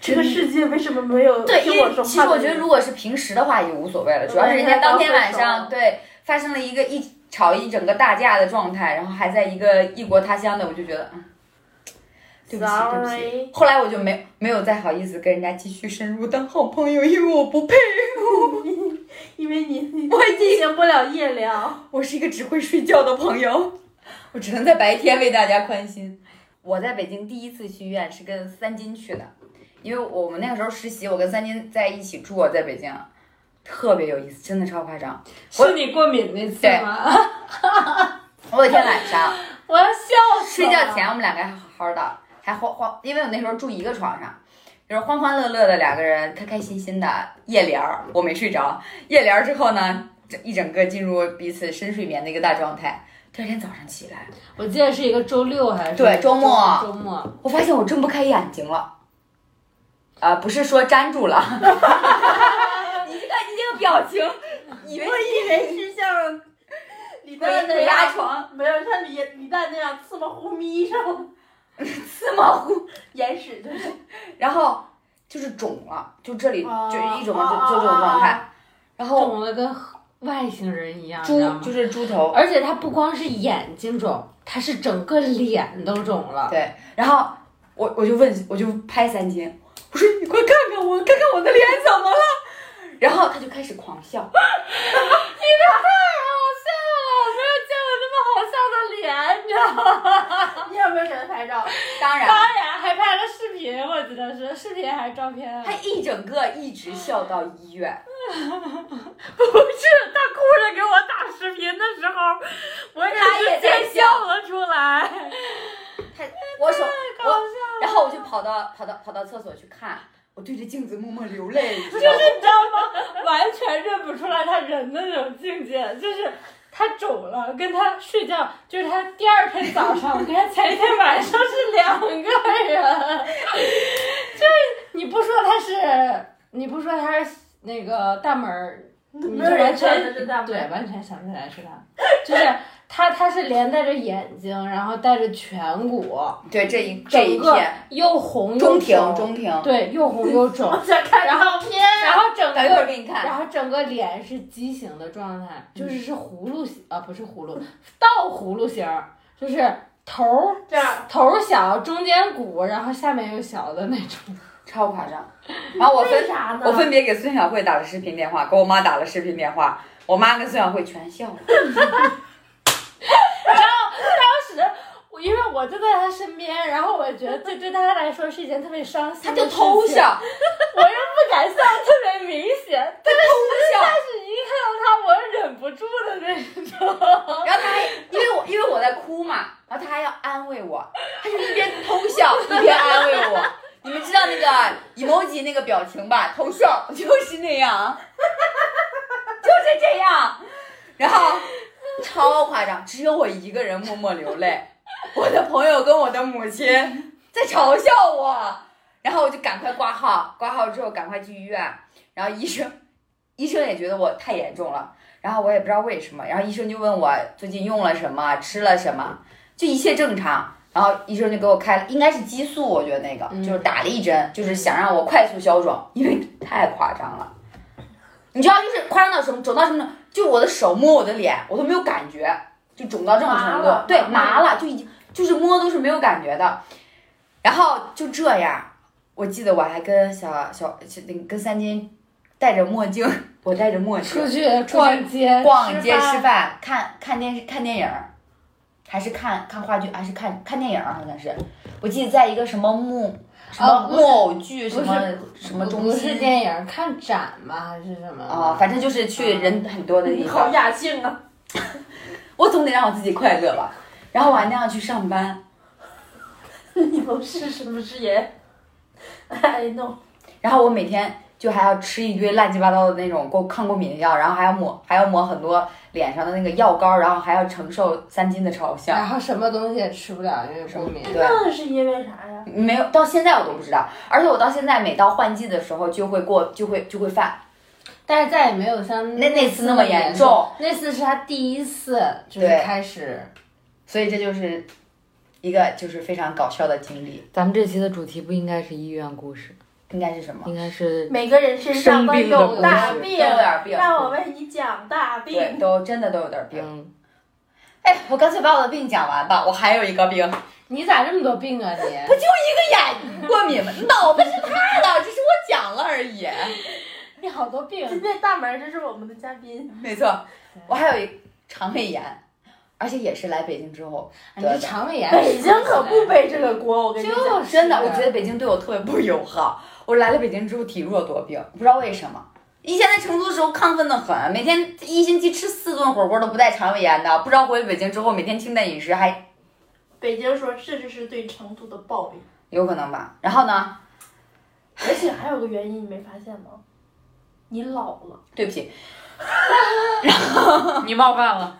[SPEAKER 5] 这个世界为什么没有
[SPEAKER 2] 对，
[SPEAKER 5] 听
[SPEAKER 2] 因
[SPEAKER 5] 我
[SPEAKER 2] 为
[SPEAKER 5] 说话的人？
[SPEAKER 2] 其实我觉得如果是平时的话也无所谓了，
[SPEAKER 5] 对
[SPEAKER 2] 主要是人家当天晚
[SPEAKER 5] 人家刚分
[SPEAKER 2] 上
[SPEAKER 5] 手
[SPEAKER 2] 对发生了一个一吵一整个大架的状态，然后还在一个异国他乡的，我就觉得嗯。对不起，对不起。
[SPEAKER 5] Sorry
[SPEAKER 2] 后来我就没没有再好意思跟人家继续深入当好朋友，因为我不配，
[SPEAKER 5] 因为你你进行不了夜聊，
[SPEAKER 2] 我是一个只会睡觉的朋友， 我只能在白天为大家宽心。我在北京第一次去医院是跟三金去的，因为我们那个时候实习，我跟三金在一起住，啊在北京，特别有意思，真的超夸张。我
[SPEAKER 4] 是你过敏那次
[SPEAKER 2] 对
[SPEAKER 4] 吗？
[SPEAKER 2] 我有一天晚上
[SPEAKER 4] 我要
[SPEAKER 5] 啊
[SPEAKER 4] 笑死
[SPEAKER 2] 睡
[SPEAKER 4] 了。
[SPEAKER 2] 觉前，我们两个还好好的，还欢欢，因为我那时候住一个床上，就是欢欢乐乐的两个人，开开心心的夜聊儿。我没睡着，夜聊儿之后呢，这一整个进入彼此深睡眠的一个大状态。第二天早上起来，
[SPEAKER 4] 我记得是一个周六还是
[SPEAKER 2] 对周末
[SPEAKER 4] 周末，
[SPEAKER 2] 我发现我睁不开眼睛了。啊、不是说粘 住了，你看你这个表情，以为
[SPEAKER 5] 以为是像李诞那
[SPEAKER 2] 鬼压
[SPEAKER 5] 样，
[SPEAKER 2] 床，
[SPEAKER 5] 没有像李李诞那样刺嘛呼眯上，
[SPEAKER 2] 刺毛乎。
[SPEAKER 5] 眼屎就是
[SPEAKER 2] 然后就是肿了，就这里
[SPEAKER 5] 哦
[SPEAKER 2] 就是一种
[SPEAKER 5] 哦
[SPEAKER 2] 就就这种状态，然后
[SPEAKER 4] 肿的跟外星人一样，你知道
[SPEAKER 2] 猪
[SPEAKER 4] 吗？啊
[SPEAKER 2] 就是猪头，
[SPEAKER 4] 而且他不光是眼睛肿，他是整个脸都肿了。
[SPEAKER 2] 对，然后我我就问我就拍三金，我说你快看看我，看看我的脸怎么了，然后他就开始狂笑，
[SPEAKER 4] 我没有见过那么好笑的脸，你知道吗？
[SPEAKER 5] 你有没有给他拍照？
[SPEAKER 2] 当然
[SPEAKER 4] 当然还拍了视频，我记得是视频还是照片啊
[SPEAKER 2] 他一整个一直笑到医院，
[SPEAKER 1] 他哭着给我打视频的时候，我也
[SPEAKER 2] 他也
[SPEAKER 1] 是
[SPEAKER 2] 在
[SPEAKER 1] 先
[SPEAKER 2] 笑
[SPEAKER 1] 笑了出来。
[SPEAKER 2] 他我手我，然后我就跑到跑到跑到厕所去看，我对着镜子默默流泪，你知道吗？
[SPEAKER 4] 完全认不出来他人的那种境界，就是他肿了，跟他睡觉，就是他第二天早上跟他前一天晚上是两个人，就是你不说他是，你不说他是那个大门儿，你
[SPEAKER 5] 没
[SPEAKER 4] 就
[SPEAKER 5] 有
[SPEAKER 4] 完
[SPEAKER 5] 人知道这
[SPEAKER 4] 全
[SPEAKER 5] 是大
[SPEAKER 4] 对
[SPEAKER 5] 门。
[SPEAKER 4] 完全想不起来是他，就是他他是连带着眼睛，然后带着颧骨，
[SPEAKER 2] 对这一这一
[SPEAKER 4] 整个
[SPEAKER 2] 片
[SPEAKER 4] 又红又
[SPEAKER 2] 中庭
[SPEAKER 4] 肿
[SPEAKER 2] 中庭，
[SPEAKER 4] 对又红又 肿
[SPEAKER 5] 我，想看
[SPEAKER 4] 然
[SPEAKER 5] 照
[SPEAKER 4] 后
[SPEAKER 5] 片。
[SPEAKER 4] 然后整
[SPEAKER 2] 等一会
[SPEAKER 4] 个
[SPEAKER 2] 儿给你看。
[SPEAKER 4] 然后整个脸是畸形的状态，就是是葫芦形啊，不是葫芦，倒葫芦形儿，就是头儿
[SPEAKER 5] 这样，
[SPEAKER 4] 头儿小，中间鼓，然后下面又小的那种。
[SPEAKER 2] 超夸张。然后我分
[SPEAKER 5] 为啥呢？
[SPEAKER 2] 我分别给孙晓慧打了视频电话，给我妈打了视频电话，我妈跟孙晓慧全笑了。
[SPEAKER 4] 当时我因为我就在他身边，然后我觉得这对他来说是一件特别伤心
[SPEAKER 2] 她
[SPEAKER 4] 的
[SPEAKER 2] 就
[SPEAKER 4] 事
[SPEAKER 2] 偷
[SPEAKER 4] 情，
[SPEAKER 2] 笑，
[SPEAKER 4] 我又不敢笑，特别明显。 但
[SPEAKER 2] 偷
[SPEAKER 4] 是一看到他，我忍不住的那种。
[SPEAKER 2] 笑。 然后她还因为我因为我在哭嘛，然后她还要安慰我，她就一边偷笑一边安慰我。你们知道那个 emoji 那个表情吧？偷笑就是那样，就是这样。然后超夸张，只有我一个人默默流泪，我的朋友跟我的母亲在嘲笑我，然后我就赶快挂号，挂号之后赶快去医院，然后医生医生也觉得我太严重了，然后我也不知道为什么，然后医生就问我最近用了什么，吃了什么，就一切正常。然后医生就给我开了，应该是激素，我觉得那个、
[SPEAKER 4] 嗯
[SPEAKER 2] 就是打了一针，就是想让我快速消肿，
[SPEAKER 5] 嗯
[SPEAKER 2] 因为太夸张了。你知道，就是夸张到什么，肿到什么呢？就我的手摸我的脸，我都没有感觉，就肿到这种程
[SPEAKER 5] 麻
[SPEAKER 2] 度
[SPEAKER 5] 了，
[SPEAKER 2] 对，麻
[SPEAKER 5] 麻
[SPEAKER 2] 了，就已经就是摸都是没有感觉的。然后就这样，我记得我还跟小小那个跟三金戴着墨镜， 我戴着墨镜
[SPEAKER 4] 出去逛街，
[SPEAKER 2] 逛街
[SPEAKER 4] 呃吃
[SPEAKER 2] 吃饭，看看电视看电影儿，还是看看话剧，还是看看电影儿，好像是。我记得在一个什么木什
[SPEAKER 4] 啊
[SPEAKER 2] 么
[SPEAKER 4] 不
[SPEAKER 2] 木
[SPEAKER 4] 是
[SPEAKER 2] 偶剧什
[SPEAKER 4] 不
[SPEAKER 2] 么
[SPEAKER 4] 是
[SPEAKER 2] 什么中
[SPEAKER 4] 不是
[SPEAKER 2] 心
[SPEAKER 4] 电影，看展吗？还是什么？
[SPEAKER 2] 啊、反正就是去
[SPEAKER 4] 嗯
[SPEAKER 2] 人很多的地
[SPEAKER 5] 你好
[SPEAKER 2] 方，
[SPEAKER 5] 雅兴啊！
[SPEAKER 2] 我总得让我自己快乐吧。然后我还那样去上班，
[SPEAKER 5] 你们是什么之言？I know，
[SPEAKER 2] 然后我每天就还要吃一堆乱七八糟的那种过抗过敏的药，然后还要抹还要抹很多脸上的那个药膏，然后还要承受三斤的嘲笑。
[SPEAKER 4] 然后什么东西也吃不了，因为嗯过敏。
[SPEAKER 2] 对，
[SPEAKER 5] 那是因为啥呀？
[SPEAKER 2] 没有，到现在我都不知道。而且我到现在每到换季的时候就会过，就会就会犯。
[SPEAKER 4] 但是再也没有像
[SPEAKER 2] 那那次那么严
[SPEAKER 4] 严
[SPEAKER 2] 重，
[SPEAKER 4] 那次是他第一次就是
[SPEAKER 2] 对
[SPEAKER 4] 开始，
[SPEAKER 2] 所以这就是一个就是非常搞笑的经历，
[SPEAKER 1] 咱们这期的主题不应该是医院故事，
[SPEAKER 2] 应该是什么？
[SPEAKER 1] 应该是
[SPEAKER 5] 每个人身上都有大
[SPEAKER 2] 都
[SPEAKER 5] 病
[SPEAKER 2] 有，点病，
[SPEAKER 5] 让我为你讲大
[SPEAKER 2] 对，
[SPEAKER 5] 病。
[SPEAKER 2] 都真的都有点病。
[SPEAKER 1] 嗯，
[SPEAKER 2] 哎，我干脆把我的病讲完吧，我还有一个病，不
[SPEAKER 4] 你咋这么多病啊你？
[SPEAKER 2] 就一个眼过敏吗？脑子是他的，只是我讲了而已。
[SPEAKER 4] 你好多病
[SPEAKER 5] 今天大门这是我们的嘉宾，
[SPEAKER 2] 没错，我还有一肠胃炎，而且也是来北京之后
[SPEAKER 4] 哎
[SPEAKER 2] 得
[SPEAKER 4] 你这
[SPEAKER 2] 的。
[SPEAKER 4] 肠胃炎，
[SPEAKER 5] 北京可不背这个锅，我跟你
[SPEAKER 4] 就
[SPEAKER 5] 讲。
[SPEAKER 4] 是啊
[SPEAKER 2] 真的，我觉得北京对我特别不友好。 我来了北京之后体弱多病，不知道为什么。以前在成都的时候亢奋的很，每天一星期吃四顿火锅都不带肠胃炎的。不知道回北京之后，每天清淡饮食还
[SPEAKER 5] 北京说这就是对成都的报应，
[SPEAKER 2] 有可能吧？然后呢，
[SPEAKER 5] 而且还有个原因，你没发现吗？你老了。
[SPEAKER 2] 对不起，
[SPEAKER 1] 你冒 犯了，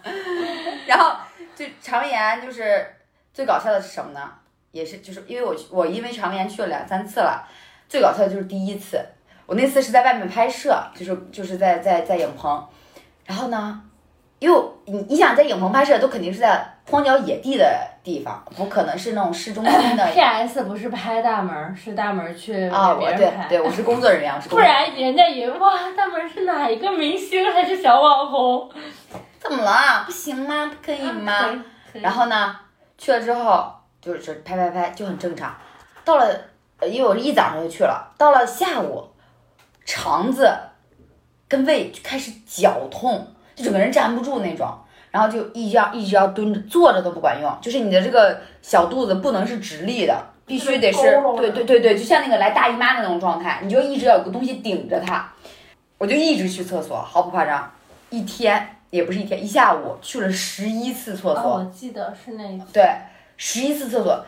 [SPEAKER 2] 然后就肠胃炎就是最搞笑的是什么呢？也是就是因为我去我因为肠胃炎去了两三次了，最搞笑的就是第一次，我那次是在外面拍摄，就是就是在在在影棚，然后呢，因为我你你想在影棚拍摄都肯定是在荒郊野地的地方，不可能是那种市中心 的
[SPEAKER 4] PS 不是拍大门儿，是大门儿去
[SPEAKER 2] 啊，
[SPEAKER 4] 给
[SPEAKER 2] 我
[SPEAKER 4] 别
[SPEAKER 2] 对
[SPEAKER 4] 人拍，
[SPEAKER 2] 对我是工作人员，我是
[SPEAKER 4] 不
[SPEAKER 2] 工作人员
[SPEAKER 4] 然人家以为哇，大门儿是哪一个明星还是小网红？
[SPEAKER 2] 怎么了？不行吗？不可以吗？然后呢，去了之后就是拍拍拍就很正常。到了，呃因为我是一早上就去了，到了下午，肠子跟胃就开始绞痛，就整个人站不住那种。然后就一直要一直要蹲着，坐着都不管用，就是你的这个小肚子不能是直立的，必须得是
[SPEAKER 5] 就是佝偻着
[SPEAKER 2] 对对对对，就像那个来大姨妈那种状态，你就一直要有个东西顶着它。我就一直去厕所，毫不夸张，一天也不是一天，一下午去了十一次厕所。
[SPEAKER 4] 哦，我记得是那一次
[SPEAKER 2] 对，十一次厕所，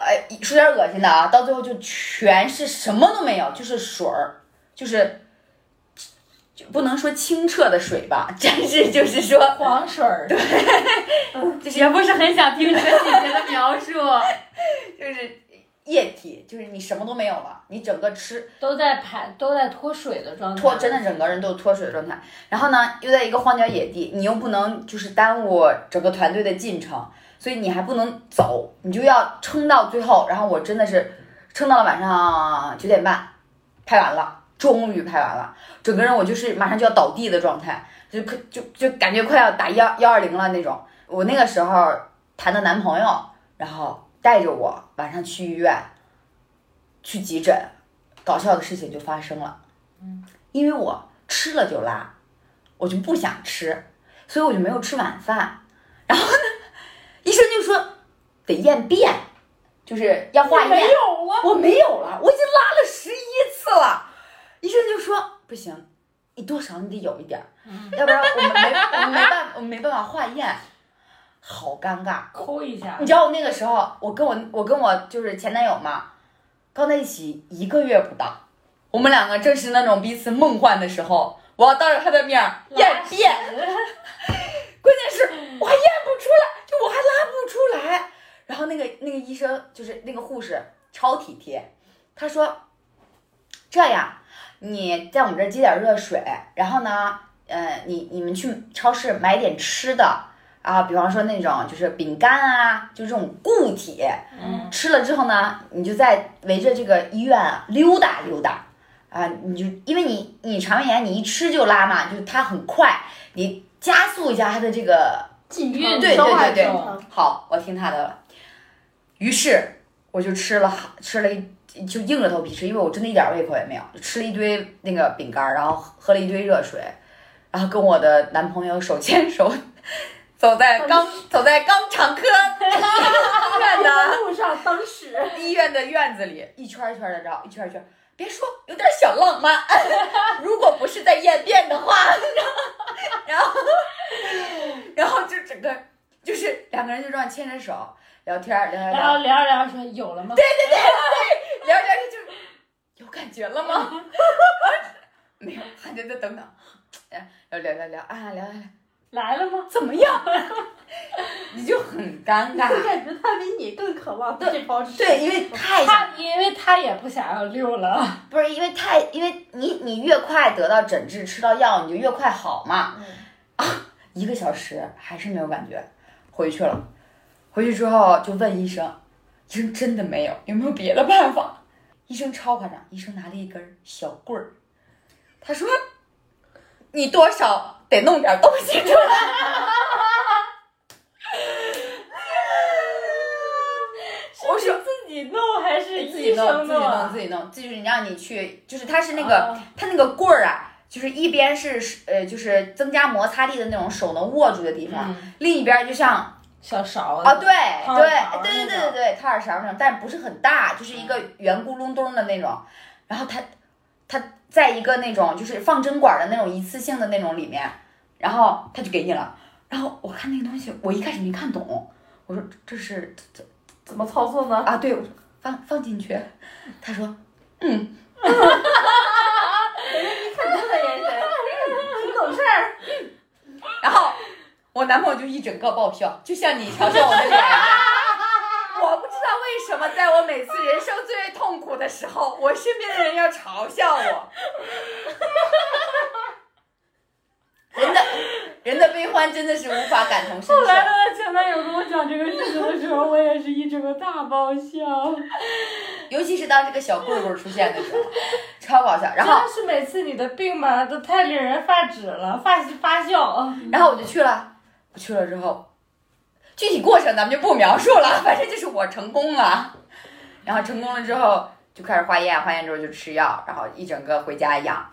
[SPEAKER 2] 哎，说点恶心的啊，到最后就全是什么都没有，就是水儿，就是就不能说清澈的水吧， 但是就是说，
[SPEAKER 4] 黄水儿，
[SPEAKER 2] 就是
[SPEAKER 1] 也不是很想听这个细节的描述。
[SPEAKER 2] 就是液体，就是你什么都没有了，你整个吃
[SPEAKER 4] 都在排都在脱水的状态，
[SPEAKER 2] 脱，真的整个人都脱水的状态。然后呢，又在一个荒郊野地，你又不能就是耽误整个团队的进程，所以你还不能走，你就要撑到最后。然后我真的是撑到了晚上九点半，拍完了，终于拍完了，整个人我就是马上就要倒地的状态，就可就就感觉快要打幺幺二零了那种。我那个时候谈的男朋友，然后带着我晚上去医院，去急诊，搞笑的事情就发生了。因为我吃了就拉，我就不想吃，所以我就没有吃晚饭。然后呢， 医生就说得验便，就是要化验。
[SPEAKER 5] 没有啊，
[SPEAKER 2] 我没有了，我已经拉了十一次了。医生就说不行，你多少你得有一点儿，
[SPEAKER 5] 嗯
[SPEAKER 2] 要不然我们没我们没办我们没办法化验，好尴尬。
[SPEAKER 4] 抠一下
[SPEAKER 2] 你，知道我那个时候，我跟我我跟我就是前男友嘛，刚在一起一个月不到，我们两个正是那种彼此梦幻的时候，我要当着他的面儿验便，关键是我还验不出来，就我还拉不出来。然后那个那个医生就是那个护士超体贴，他说这样，你在我们这儿接点热水，然后呢，呃，你你们去超市买点吃的。啊，比方说那种就是饼干啊，就这种固体，
[SPEAKER 4] 嗯
[SPEAKER 2] 吃了之后呢，你就在围着这个医院啊溜达溜达，啊，你就因为你你肠胃炎，你一吃就拉嘛，就是它很快，你加速一下它的这个
[SPEAKER 5] 进
[SPEAKER 4] 运
[SPEAKER 2] 对
[SPEAKER 4] 动
[SPEAKER 2] 对对对
[SPEAKER 4] 啊
[SPEAKER 2] 好，我听他的了。于是我就吃了吃了一就硬着头皮吃，因为我真的一点胃口也没有，就吃了一堆那个饼干儿，然后喝了一堆热水，然后跟我的男朋友手牵手走在肛走在肛 肠科医院的
[SPEAKER 5] 路上当 时
[SPEAKER 2] 医院的院子里，一圈儿一圈的绕，一圈儿一圈儿。别说，有点小浪漫。 如果不是在验便的话， 然后，然后就整个就是两个人就这样牵着手聊天儿，聊聊
[SPEAKER 4] 然
[SPEAKER 2] 聊
[SPEAKER 4] 后聊着聊着说有了吗？对，
[SPEAKER 2] 聊着聊着就是有感觉了吗？ 没有，还得再等等。哎聊聊聊聊啊，聊聊 聊，
[SPEAKER 4] 来了吗？
[SPEAKER 2] 怎么样？ 你就很尴
[SPEAKER 5] 就
[SPEAKER 2] 尬。
[SPEAKER 5] 感觉他比你更渴望这包纸。
[SPEAKER 2] 对，因为太
[SPEAKER 4] 他因为他也不想要溜 了，
[SPEAKER 2] 不是因为太，因为你你越快得到诊治、吃到药，你就越快好嘛。
[SPEAKER 5] 嗯
[SPEAKER 2] 一个小时还是没有感觉，回去了。回去之后就问医生，医生真的没有，有没有别的办法？医生超夸张，医生拿了一根小棍儿，他说：“你多少得弄点东西出来。
[SPEAKER 4] 我是自己弄还是”
[SPEAKER 2] 自己
[SPEAKER 4] 医
[SPEAKER 2] 弄，
[SPEAKER 4] 生
[SPEAKER 2] 自己弄，
[SPEAKER 4] 啊
[SPEAKER 2] 自己弄，就是让你去，就是他是那个
[SPEAKER 4] 哦
[SPEAKER 2] 它那个棍儿啊，就是一边是呃，就是增加摩擦力的那种手能握住的地方，
[SPEAKER 4] 嗯
[SPEAKER 2] 另一边儿就像
[SPEAKER 4] 小勺
[SPEAKER 2] 啊，
[SPEAKER 4] 子，
[SPEAKER 2] 对
[SPEAKER 4] 汤
[SPEAKER 2] 对
[SPEAKER 4] 勺
[SPEAKER 2] 对对
[SPEAKER 4] 那
[SPEAKER 2] 对
[SPEAKER 4] 种
[SPEAKER 2] 对
[SPEAKER 4] 嗯
[SPEAKER 2] 对，塔尔勺那种，但不是很大，就是一个圆咕隆咚的那种。然后它它在一个那种就是放针管的那种一次性的那种里面，然后他就给你了。然后我看那个东西，我一开始没看懂，我说这是
[SPEAKER 5] 怎么操作呢？
[SPEAKER 2] 啊，对，我说放放进去，他说
[SPEAKER 5] 看他的眼神，挺懂事儿。
[SPEAKER 2] 然后我男朋友就一整个爆笑，就像你嘲笑我的脸一样。我不知道为什么，在我每次人生最痛苦的时候，我身边的人要嘲笑我。人的人的悲欢真的是无法感同身
[SPEAKER 4] 后来
[SPEAKER 2] 受。
[SPEAKER 4] 她的前男友跟我讲这个事情的时候，我也是一整个大爆笑。
[SPEAKER 2] 尤其是当这个小棍棍出现的时候，超搞笑。然后
[SPEAKER 4] 真的是每次你的病吧，都太令人发指了，发发笑。
[SPEAKER 2] 然后我就去了，我去了之后，具体过程咱们就不描述了，反正就是我成功了。然后成功了之后就开始化验，化验之后就吃药，然后一整个回家养。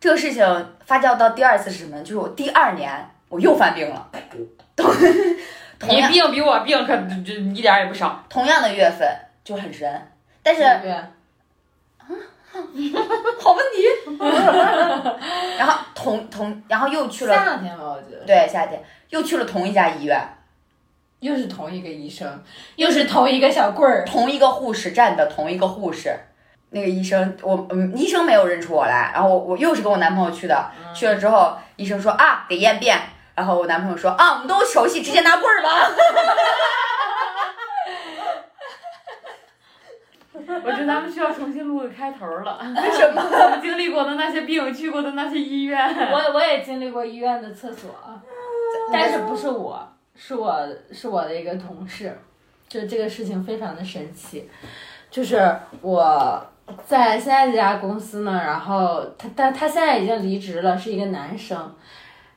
[SPEAKER 2] 这个事情发酵到第二次是什么呢？就是我第二年我又犯病了，同同
[SPEAKER 1] 你
[SPEAKER 2] 样
[SPEAKER 1] 病比我病可这一点儿也不少。
[SPEAKER 2] 同样的月份就很神，但是
[SPEAKER 4] 对，
[SPEAKER 2] 好问题。 然后同同然后又去了
[SPEAKER 4] 夏天吧，我觉得
[SPEAKER 2] 对夏天又去了同一家医院，
[SPEAKER 4] 又是同一个医生，又是同一个小棍儿。
[SPEAKER 2] 同一个护士站的同一个护士，那个医生，我嗯，医生没有认出我来，然后我我又是跟我男朋友去的，
[SPEAKER 4] 嗯
[SPEAKER 2] 去了之后，医生说啊得验便，然后我男朋友说啊我们都熟悉，直接拿棍儿 吧。
[SPEAKER 1] 我觉得咱们需要重新录个开头了。
[SPEAKER 2] 为什么？
[SPEAKER 1] 我们经历过的那些病，去过的那些 医院，
[SPEAKER 4] 我我也经历过医院的厕所，啊
[SPEAKER 2] 嗯
[SPEAKER 4] 但是不是我，是我是我的一个同事，就这个事情非常的神奇，就是我在现在这家公司呢，然后他但他现在已经离职了，是一个男生，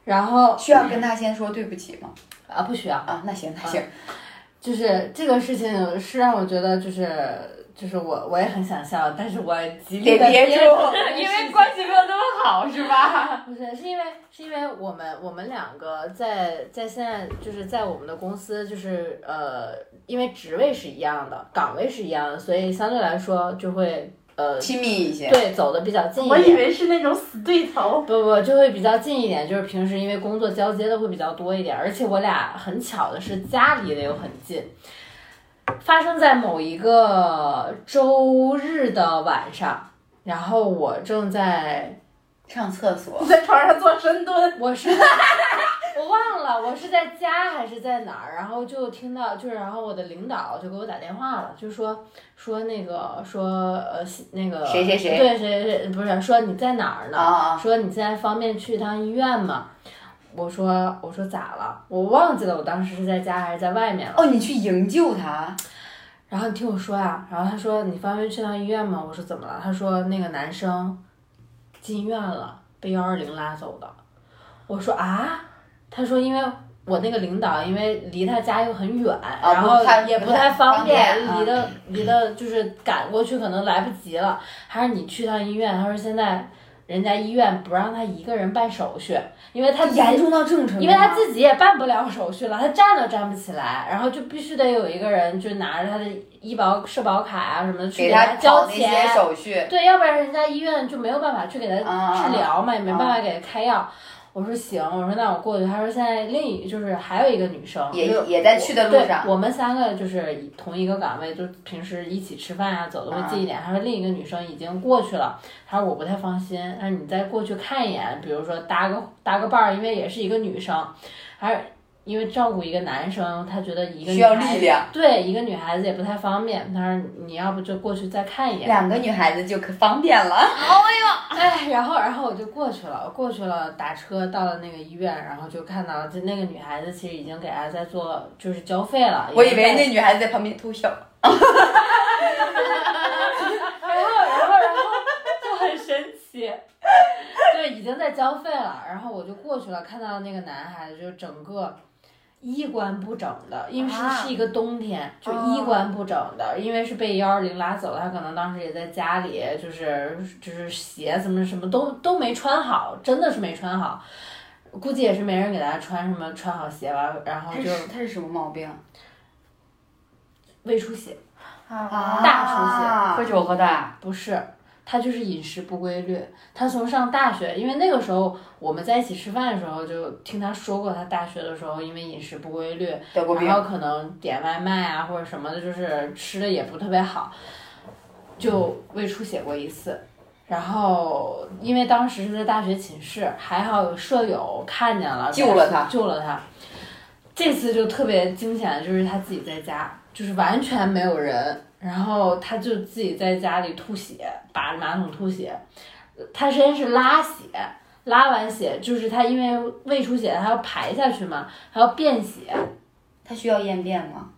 [SPEAKER 4] 然后
[SPEAKER 2] 需要跟他先说对不起吗？
[SPEAKER 4] 啊不需要，
[SPEAKER 2] 啊，那行那行，
[SPEAKER 4] 嗯就是这个事情是让我觉得就是就是我我也很想笑，但是我极力
[SPEAKER 2] 别
[SPEAKER 4] 的
[SPEAKER 2] 憋 住。
[SPEAKER 1] 因为关系没有那么好，是吧？
[SPEAKER 4] 不啊是，是因为是因为我们我们两个在在现在就是在我们的公司就是呃，因为职位是一样的，岗位是一样的，所以相对来说就会呃，
[SPEAKER 2] 亲密一些，
[SPEAKER 4] 对走的比较近一
[SPEAKER 5] 我以
[SPEAKER 4] 点。
[SPEAKER 5] 为是那种死对头，
[SPEAKER 4] 不不，就会比较近一点，就是平时因为工作交接的会比较多一点，而且我俩很巧的是家离得又很近。发生在某一个周日的晚上，然后我正在
[SPEAKER 2] 上厕所
[SPEAKER 5] 在床上做深蹲。
[SPEAKER 4] 我是 我忘了我是在家还是在哪儿，然后就听到就是，然后我的领导就给我打电话了，就说说那个说呃西那个
[SPEAKER 2] 谁谁谁
[SPEAKER 4] 对谁谁谁不是说你在哪儿呢？
[SPEAKER 2] 啊，
[SPEAKER 4] 说你现在方便去一趟医院吗？我说我说咋了？我忘记了我当时是在家还是在外面了。
[SPEAKER 2] 哦，你去营救他，
[SPEAKER 4] 然后你听我说呀、然后他说你方便去趟医院吗？我说怎么了？他说那个男生进医院了，被幺二零拉走的。我说啊，他说因为我那个领导因为离他家又很远，然
[SPEAKER 2] 啊不
[SPEAKER 4] 后
[SPEAKER 2] 太
[SPEAKER 4] 也
[SPEAKER 2] 不
[SPEAKER 4] 不太
[SPEAKER 2] 太
[SPEAKER 4] 方
[SPEAKER 2] 方便啊
[SPEAKER 4] 离的离的就是赶过去可能来不及了，还是你去趟医院。他说现在人家医院不让他一个人办手续，因为他自己
[SPEAKER 2] 严重到这种程度吗，
[SPEAKER 4] 因为他自己也办不了手续了，他站都站不起来，然后就必须得有一个人就拿着他的医保社保卡啊什么的去
[SPEAKER 2] 给
[SPEAKER 4] 他
[SPEAKER 2] 他
[SPEAKER 4] 交
[SPEAKER 2] 跑那些
[SPEAKER 4] 钱。
[SPEAKER 2] 手续，
[SPEAKER 4] 对，要不然人家医院就没有办法去给他
[SPEAKER 2] 啊
[SPEAKER 4] 治疗嘛，也没办法给他开药。我说行，我说那我过去。他说现在另一就是还有一个女生
[SPEAKER 2] 也
[SPEAKER 4] 就
[SPEAKER 2] 也在去的路上
[SPEAKER 4] 对，我们三个就是以同一个岗位，就平时一起吃饭啊，走的会近一点。他说另一个女生已经过去了，他说我不太放心，他说你再过去看一眼，比如说搭个搭个伴儿，因为也是一个女生，还是因为照顾一个男生，他觉得一个
[SPEAKER 2] 需
[SPEAKER 4] 女孩
[SPEAKER 2] 要力
[SPEAKER 4] 子
[SPEAKER 2] 量。
[SPEAKER 4] 对一个女孩子也不太方便。他说你要不就过去再看一眼。
[SPEAKER 2] 两个女孩子就可方便
[SPEAKER 4] 嗯
[SPEAKER 2] 了，
[SPEAKER 4] 哎，然后然后我就过去了，我过去了，打车到了那个医院，然后就看到就那个女孩子其实已经给她在做就是交费了。
[SPEAKER 2] 我
[SPEAKER 4] 已
[SPEAKER 2] 以
[SPEAKER 4] 经在
[SPEAKER 2] 为那女孩子在旁边偷笑。
[SPEAKER 4] 然后，然后，然后就很神奇，对，已经在交费了。然后我就过去了，看到那个男孩子就整个衣冠不整的，因为是、
[SPEAKER 2] 啊嗯
[SPEAKER 4] 是一个冬天，就衣冠不整的，因为是被幺二零拉走了，他可能当时也在家里，就是就是鞋什么什么都都没穿好，真的是没穿好。估计也是没人给他穿什么穿好鞋吧，然后就
[SPEAKER 2] 她是什么毛病？
[SPEAKER 4] 胃出血，
[SPEAKER 5] 啊
[SPEAKER 4] 大
[SPEAKER 1] 喝酒喝的，
[SPEAKER 4] 不是，他就是饮食不规律。他从上大学，因为那个时候我们在一起吃饭的时候，就听他说过，他大学的时候因为饮食不规律，
[SPEAKER 2] 得过病
[SPEAKER 4] 然。后可能点外卖啊或者什么的，就是吃的也不特别好，就胃出血过一次。然后因为当时是在大学寝室，还好有舍友看见了，
[SPEAKER 2] 救了他
[SPEAKER 4] 救了他。这次就特别惊险的就是他自己在家，就是完全没有人，然后他就自己在家里吐血，把马桶吐血，他先是拉血，拉完血就是他因为胃出血，他要排下去嘛，还要便血，
[SPEAKER 2] 她需要验便吗？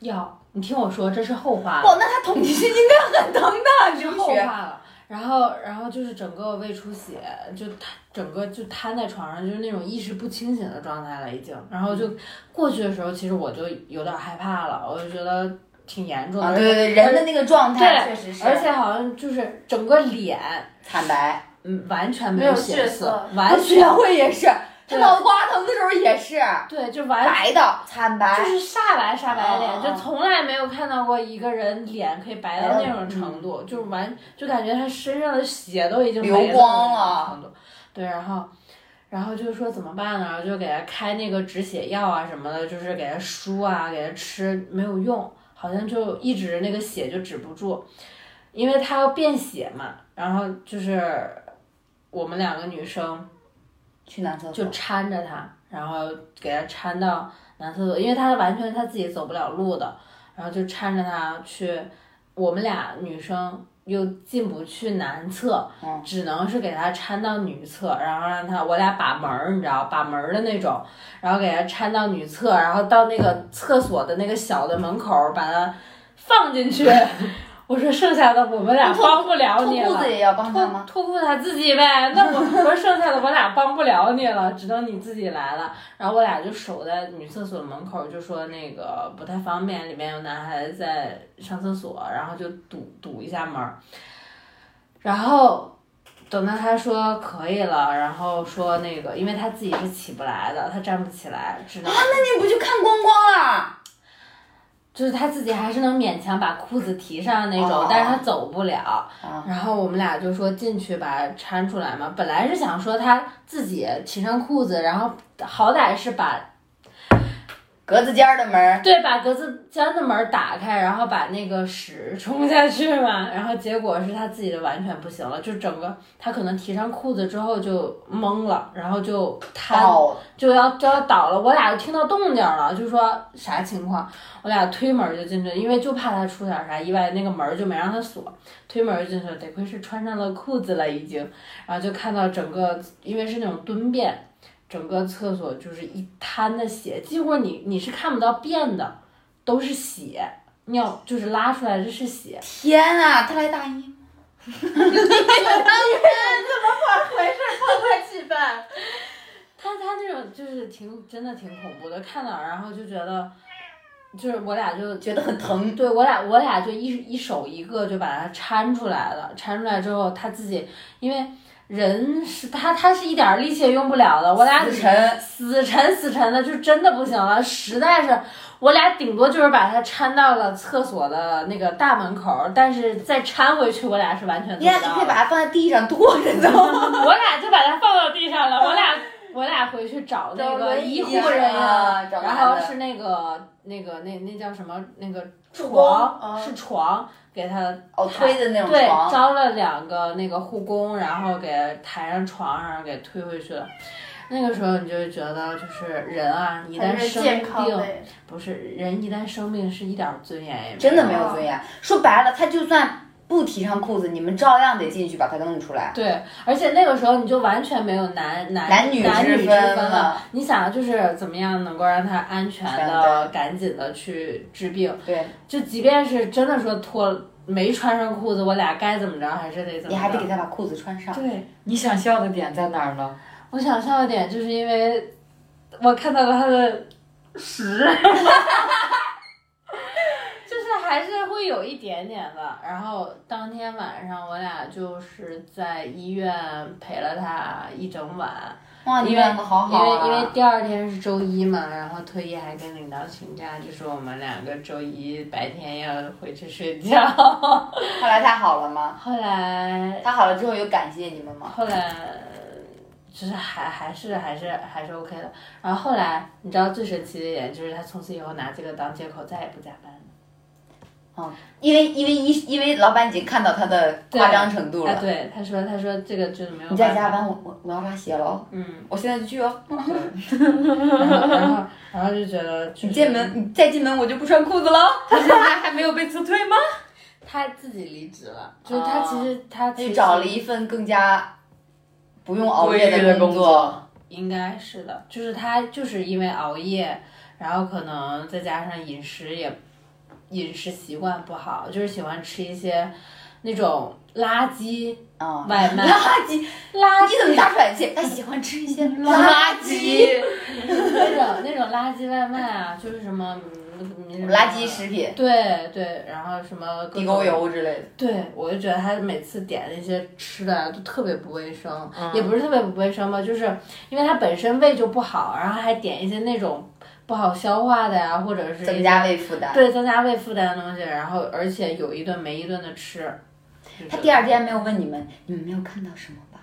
[SPEAKER 4] 要，你听我说，这是后话了，
[SPEAKER 2] 哦，那她捅进去应该很疼的，
[SPEAKER 4] 这
[SPEAKER 2] 流
[SPEAKER 4] 是后
[SPEAKER 2] 血。
[SPEAKER 4] 话了。然后，然后就是整个胃出血，就瘫，整个就瘫在床上，就是那种意识不清醒的状态了已经。然后
[SPEAKER 2] 嗯
[SPEAKER 4] 就过去的时候，其实我就有点害怕了，我就觉得挺严重的，
[SPEAKER 2] 啊，对对对，人的那个状态确实是
[SPEAKER 4] 而且好像就是整个脸，
[SPEAKER 2] 惨白。
[SPEAKER 4] 嗯，完全
[SPEAKER 5] 没
[SPEAKER 4] 有
[SPEAKER 5] 有
[SPEAKER 4] 血
[SPEAKER 5] 血
[SPEAKER 4] 色
[SPEAKER 5] 色，
[SPEAKER 4] 完
[SPEAKER 2] 学
[SPEAKER 4] 全
[SPEAKER 2] 会也是，她
[SPEAKER 4] 对
[SPEAKER 2] 脑瓜疼的时候也是
[SPEAKER 4] 对，就完
[SPEAKER 2] 白的，惨白
[SPEAKER 4] 就。是煞白煞白的脸，
[SPEAKER 2] 哦
[SPEAKER 4] 就从来没有看到过一个人脸可以白到那种程度，就完就感觉他身上的血都已经没
[SPEAKER 2] 嗯流光了
[SPEAKER 4] 那种程度。对，然后然后就说怎么办呢？然后就给他开那个止血药啊什么的，就是给他输啊，给他吃，没有用，好像就一直那个血就止不住，因为他要便血嘛。然后就是我们两个女生。
[SPEAKER 2] 去男厕所
[SPEAKER 4] 就搀着他，然后给他搀到男厕所，因为他完全他自己走不了路的，然后就搀着他去，我们俩女生又进不去男厕，
[SPEAKER 2] 嗯
[SPEAKER 4] 只能是给他搀到女厕，然后让他我俩把门儿，你知道把门儿的那种，然后给他搀到女厕，然后到那个厕所的那个小的门口儿把他放进去。 我说剩下的我们俩
[SPEAKER 2] 脱
[SPEAKER 4] 帮不了
[SPEAKER 2] 脱
[SPEAKER 4] 你了，
[SPEAKER 2] 裤子也要帮她
[SPEAKER 4] 脱
[SPEAKER 2] 吗？
[SPEAKER 4] 脱裤子他自己 呗。那我我说剩下的我俩帮不了你了，只能你自己来了。然后我俩就守在女厕所门口，就说那个不太方便，里面有男孩子在上厕所，然后就堵堵一下门儿。然后等到他说可以了，然后说那个，因为他自己是起不来的，他站不起来，只能
[SPEAKER 2] 啊那你不就看光光了？
[SPEAKER 4] 就是他自己还是能勉强把裤子提上那种，
[SPEAKER 2] 哦
[SPEAKER 4] 但是他走不了。
[SPEAKER 2] 啊
[SPEAKER 4] 然后我们俩就说进去把搀出来嘛。本来是想说他自己提上裤子，然后好歹是把
[SPEAKER 2] 格子间儿的门儿，
[SPEAKER 4] 对把格子间的门打开，然后把那个屎冲下去嘛。然后结果是他自己的完全不行了，就整个他可能提上裤子之后就懵了，然后就瘫
[SPEAKER 2] 哦，
[SPEAKER 4] 就要就要倒了，我俩就听到动静了，就说啥情况？我俩推门就进去，因为就怕他出点啥意外，那个门就没让他锁，推门就进去了。得亏是穿上了裤子了已经，然后就看到整个，因为是那种蹲便，整个厕所就是一滩的血，几乎你你是看不到便的，都是血，尿就是拉出来的是血，
[SPEAKER 2] 天啊，她来大姨吗
[SPEAKER 5] 没事，痛快气氛。
[SPEAKER 4] 他他那种就是挺真的挺恐怖的，看到然后就觉得就是我俩就
[SPEAKER 2] 觉得很疼。
[SPEAKER 4] 对我俩，我俩就一一手一个就把它搀出来了。搀出来之后，他自己因为人是他，他是一点儿力气也用不了的。我俩
[SPEAKER 2] 死沉，
[SPEAKER 4] 死沉死沉的，就真的不行了，实在是我俩顶多就是把他搀到了厕所的那个大门口儿，但是再搀回去，我俩是完全
[SPEAKER 2] 你
[SPEAKER 4] 做
[SPEAKER 2] 俩
[SPEAKER 4] 不
[SPEAKER 2] 可
[SPEAKER 4] 到的
[SPEAKER 2] 以把它放在地上 拖着走。
[SPEAKER 4] 我俩就把它放到地上了，我
[SPEAKER 2] 嗯
[SPEAKER 4] 俩我俩回去找那
[SPEAKER 5] 找
[SPEAKER 4] 个
[SPEAKER 5] 轮椅
[SPEAKER 4] 医护人员，
[SPEAKER 2] 啊找
[SPEAKER 4] 然
[SPEAKER 2] 男
[SPEAKER 4] 后
[SPEAKER 2] 的
[SPEAKER 4] 是那个那个那那叫什么那个
[SPEAKER 5] 助攻
[SPEAKER 4] 床、
[SPEAKER 5] 啊
[SPEAKER 4] 是床给他
[SPEAKER 2] 哦，推嗯的那种
[SPEAKER 4] 对
[SPEAKER 2] 床。
[SPEAKER 4] 招了两个那个护工，然后给抬上床上给推回去了。那个时候你就会觉得，就是人啊，一旦
[SPEAKER 5] 还是
[SPEAKER 4] 生
[SPEAKER 5] 健康
[SPEAKER 4] 病，
[SPEAKER 5] 类，
[SPEAKER 4] 不是人一旦生病是一点儿尊严也没有，
[SPEAKER 2] 真的没有尊严。说白了，他就算不提上裤子，你们照样得进去把他弄出来。
[SPEAKER 4] 对，而且那个时候你就完全没有男男
[SPEAKER 2] 男女
[SPEAKER 4] 男女
[SPEAKER 2] 之
[SPEAKER 4] 之
[SPEAKER 2] 分
[SPEAKER 4] 分
[SPEAKER 2] 了
[SPEAKER 4] 了。你想，就是怎么样能够让他安全
[SPEAKER 2] 全
[SPEAKER 4] 的、赶紧的去治病？
[SPEAKER 2] 对，
[SPEAKER 4] 就即便是真的说脱没穿上裤子，我俩该怎么着还是得怎么着。
[SPEAKER 2] 你还得给他把裤子穿上。
[SPEAKER 4] 对，
[SPEAKER 1] 你想笑的点在哪儿呢？
[SPEAKER 4] 我想笑一点，就是因为我看到了他的屎， 就是还是会有一点点的。然后当天晚上，我俩就是在医院陪了他一整晚，
[SPEAKER 2] 哇，哦你
[SPEAKER 4] 因为
[SPEAKER 2] 们好
[SPEAKER 4] 因
[SPEAKER 2] 好
[SPEAKER 4] 为因为
[SPEAKER 2] 啊！
[SPEAKER 4] 第二天是周一嘛，然后特意还跟领导请假，就说我们两个周一白天要回去睡觉。
[SPEAKER 2] 后来他好了吗？
[SPEAKER 4] 后来
[SPEAKER 2] 他好了之后有感谢你们吗？
[SPEAKER 4] 后来就是还还是还是还是 OK 的。然后后来你知道最神奇的一点就是他从此以后拿这个当借口再也不加班了。
[SPEAKER 2] 因为因为医因为老板已经看到他的夸张程度
[SPEAKER 4] 啊，
[SPEAKER 2] 了。
[SPEAKER 4] 对，他说他说这个就是没有
[SPEAKER 2] 你在
[SPEAKER 4] 办
[SPEAKER 2] 加
[SPEAKER 4] 法。
[SPEAKER 2] 班，我我我要拉鞋了哦，
[SPEAKER 4] 嗯，
[SPEAKER 2] 我现在就去哦。
[SPEAKER 4] 然后然后然后就觉得、就是、
[SPEAKER 2] 你进门，你再进门我就不穿裤子了。
[SPEAKER 1] 他现在还没有被辞退吗？
[SPEAKER 4] 他自己离职了，就是他其实、他
[SPEAKER 2] 他
[SPEAKER 4] 其
[SPEAKER 2] 就
[SPEAKER 4] 实
[SPEAKER 2] 哦找了一份更加不用熬夜
[SPEAKER 1] 规律的
[SPEAKER 2] 工
[SPEAKER 1] 工作
[SPEAKER 4] 应该是的，就是他就是因为熬夜，然后可能再加上饮食也饮食习惯不好，就是喜欢吃一些那种垃圾
[SPEAKER 2] 啊。
[SPEAKER 4] 外卖，
[SPEAKER 2] 垃圾！你
[SPEAKER 4] 垃圾
[SPEAKER 2] 怎么大喘气？他喜欢吃一些垃
[SPEAKER 1] 垃
[SPEAKER 2] 圾。
[SPEAKER 1] 圾，
[SPEAKER 4] 那种那种垃圾外卖啊，就是什么嗯
[SPEAKER 2] 垃圾食品、
[SPEAKER 4] 对对，然后什么各种
[SPEAKER 2] 地沟，油之类的。
[SPEAKER 4] 对我就觉得他每次点那些吃的啊都特别不卫生，
[SPEAKER 1] 嗯
[SPEAKER 4] 也不是特别不卫生吧，就是因为他本身胃就不好，然后还点一些那种不好消化的呀、或者是
[SPEAKER 2] 增
[SPEAKER 4] 一
[SPEAKER 2] 加胃负担。
[SPEAKER 4] 对增加胃负担的东西，然后而且有一顿没一顿的吃。
[SPEAKER 2] 他第二天没有问你们，你们没有看到什么吧？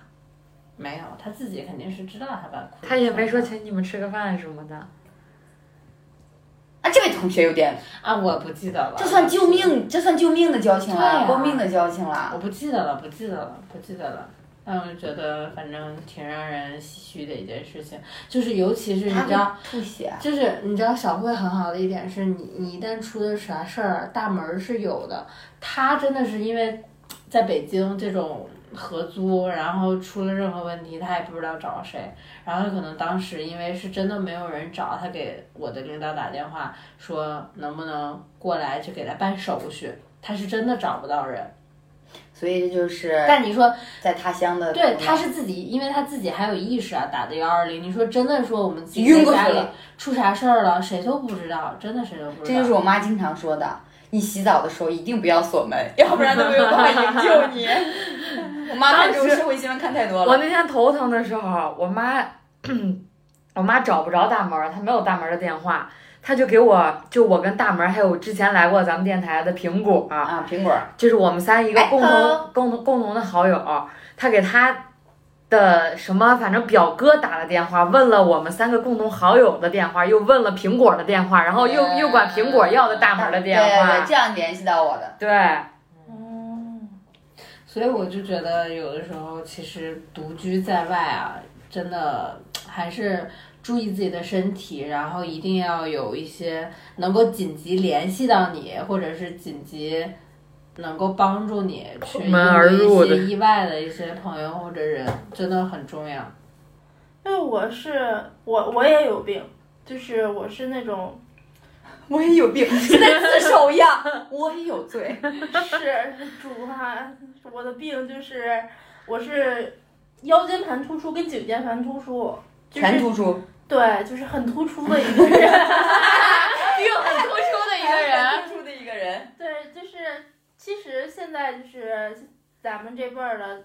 [SPEAKER 4] 没有，他自己肯定是知道他把裤子
[SPEAKER 1] 他也
[SPEAKER 4] 穿
[SPEAKER 1] 没说
[SPEAKER 4] 上
[SPEAKER 1] 请你们吃个饭什么的。
[SPEAKER 2] 啊，这位同学有点，
[SPEAKER 4] 啊，我不记得了，
[SPEAKER 2] 这算救命，这算救命的交情
[SPEAKER 4] 对
[SPEAKER 2] 了，
[SPEAKER 4] 啊
[SPEAKER 2] 救命的交情了。
[SPEAKER 4] 我不记得了，不记得了，不记得了。但我就觉得，反正挺让人唏嘘的一件事情，就是尤其是你
[SPEAKER 2] 他
[SPEAKER 4] 知道，
[SPEAKER 2] 会吐血，
[SPEAKER 4] 就是你知道小慧很好的一点是你，你一旦出了啥事儿，大门儿是有的。她真的是因为在北京这种合租，然后出了任何问题，她也不知道找谁。然后可能当时因为是真的没有人找，她给我的领导打电话说能不能过来去给她办手续，她是真的找不到人。
[SPEAKER 2] 所以这就是
[SPEAKER 4] 但你说
[SPEAKER 2] 在他乡的朋友。
[SPEAKER 4] 对，他是自己，因为他自己还有意识啊，打的幺二零。你说真的，说我们自己在
[SPEAKER 2] 晕过去
[SPEAKER 4] 家里
[SPEAKER 2] 了
[SPEAKER 4] 出啥事儿了，谁都不知道，真的谁都不知
[SPEAKER 2] 这
[SPEAKER 4] 道。
[SPEAKER 2] 就是我妈经常说的。你洗澡的时候一定不要锁门， 要不然都没有办法营救 你。我妈看这种社会新闻看太多了，
[SPEAKER 1] 我那天头疼的时候，我妈， 我妈找不着大门儿，她没有大门儿的电话，她就给我，就我跟大门儿还有之前来过咱们电台的苹果、
[SPEAKER 2] 啊，苹果
[SPEAKER 1] 就是我们三一个共
[SPEAKER 2] 哎
[SPEAKER 1] 同共同共同的好友，他给他的什么，反正表哥打了电话，问了我们三个共同好友的电话，又问了苹果的电话，然后又
[SPEAKER 2] 嗯
[SPEAKER 1] 又管苹果要的大门的电
[SPEAKER 2] 对对对，
[SPEAKER 1] 话，
[SPEAKER 2] 这样联系到我的。
[SPEAKER 1] 对，
[SPEAKER 5] 嗯，
[SPEAKER 4] 所以我就觉得，有的时候其实独居在外啊，真的还是注意自己的身体，然后一定要有一些能够紧急联系到你，或者是紧急能够帮助你去
[SPEAKER 1] 门而
[SPEAKER 4] 应对
[SPEAKER 1] 入
[SPEAKER 4] 一些
[SPEAKER 1] 的
[SPEAKER 4] 意外的一些朋友或者人，真的很重要。
[SPEAKER 5] 因为我是我我也有病，就是我是那 种
[SPEAKER 2] 我也有病，现 在自首一样，我也有 罪。
[SPEAKER 5] 是主啊，我的病就是我是腰间盘突出跟颈间盘突出，就是
[SPEAKER 2] 全突出，
[SPEAKER 5] 对，就是很突出的一个人。
[SPEAKER 1] 病很突出的一个人，
[SPEAKER 2] 突出的一个人，
[SPEAKER 3] 对，就是其实现在就是咱们这辈儿的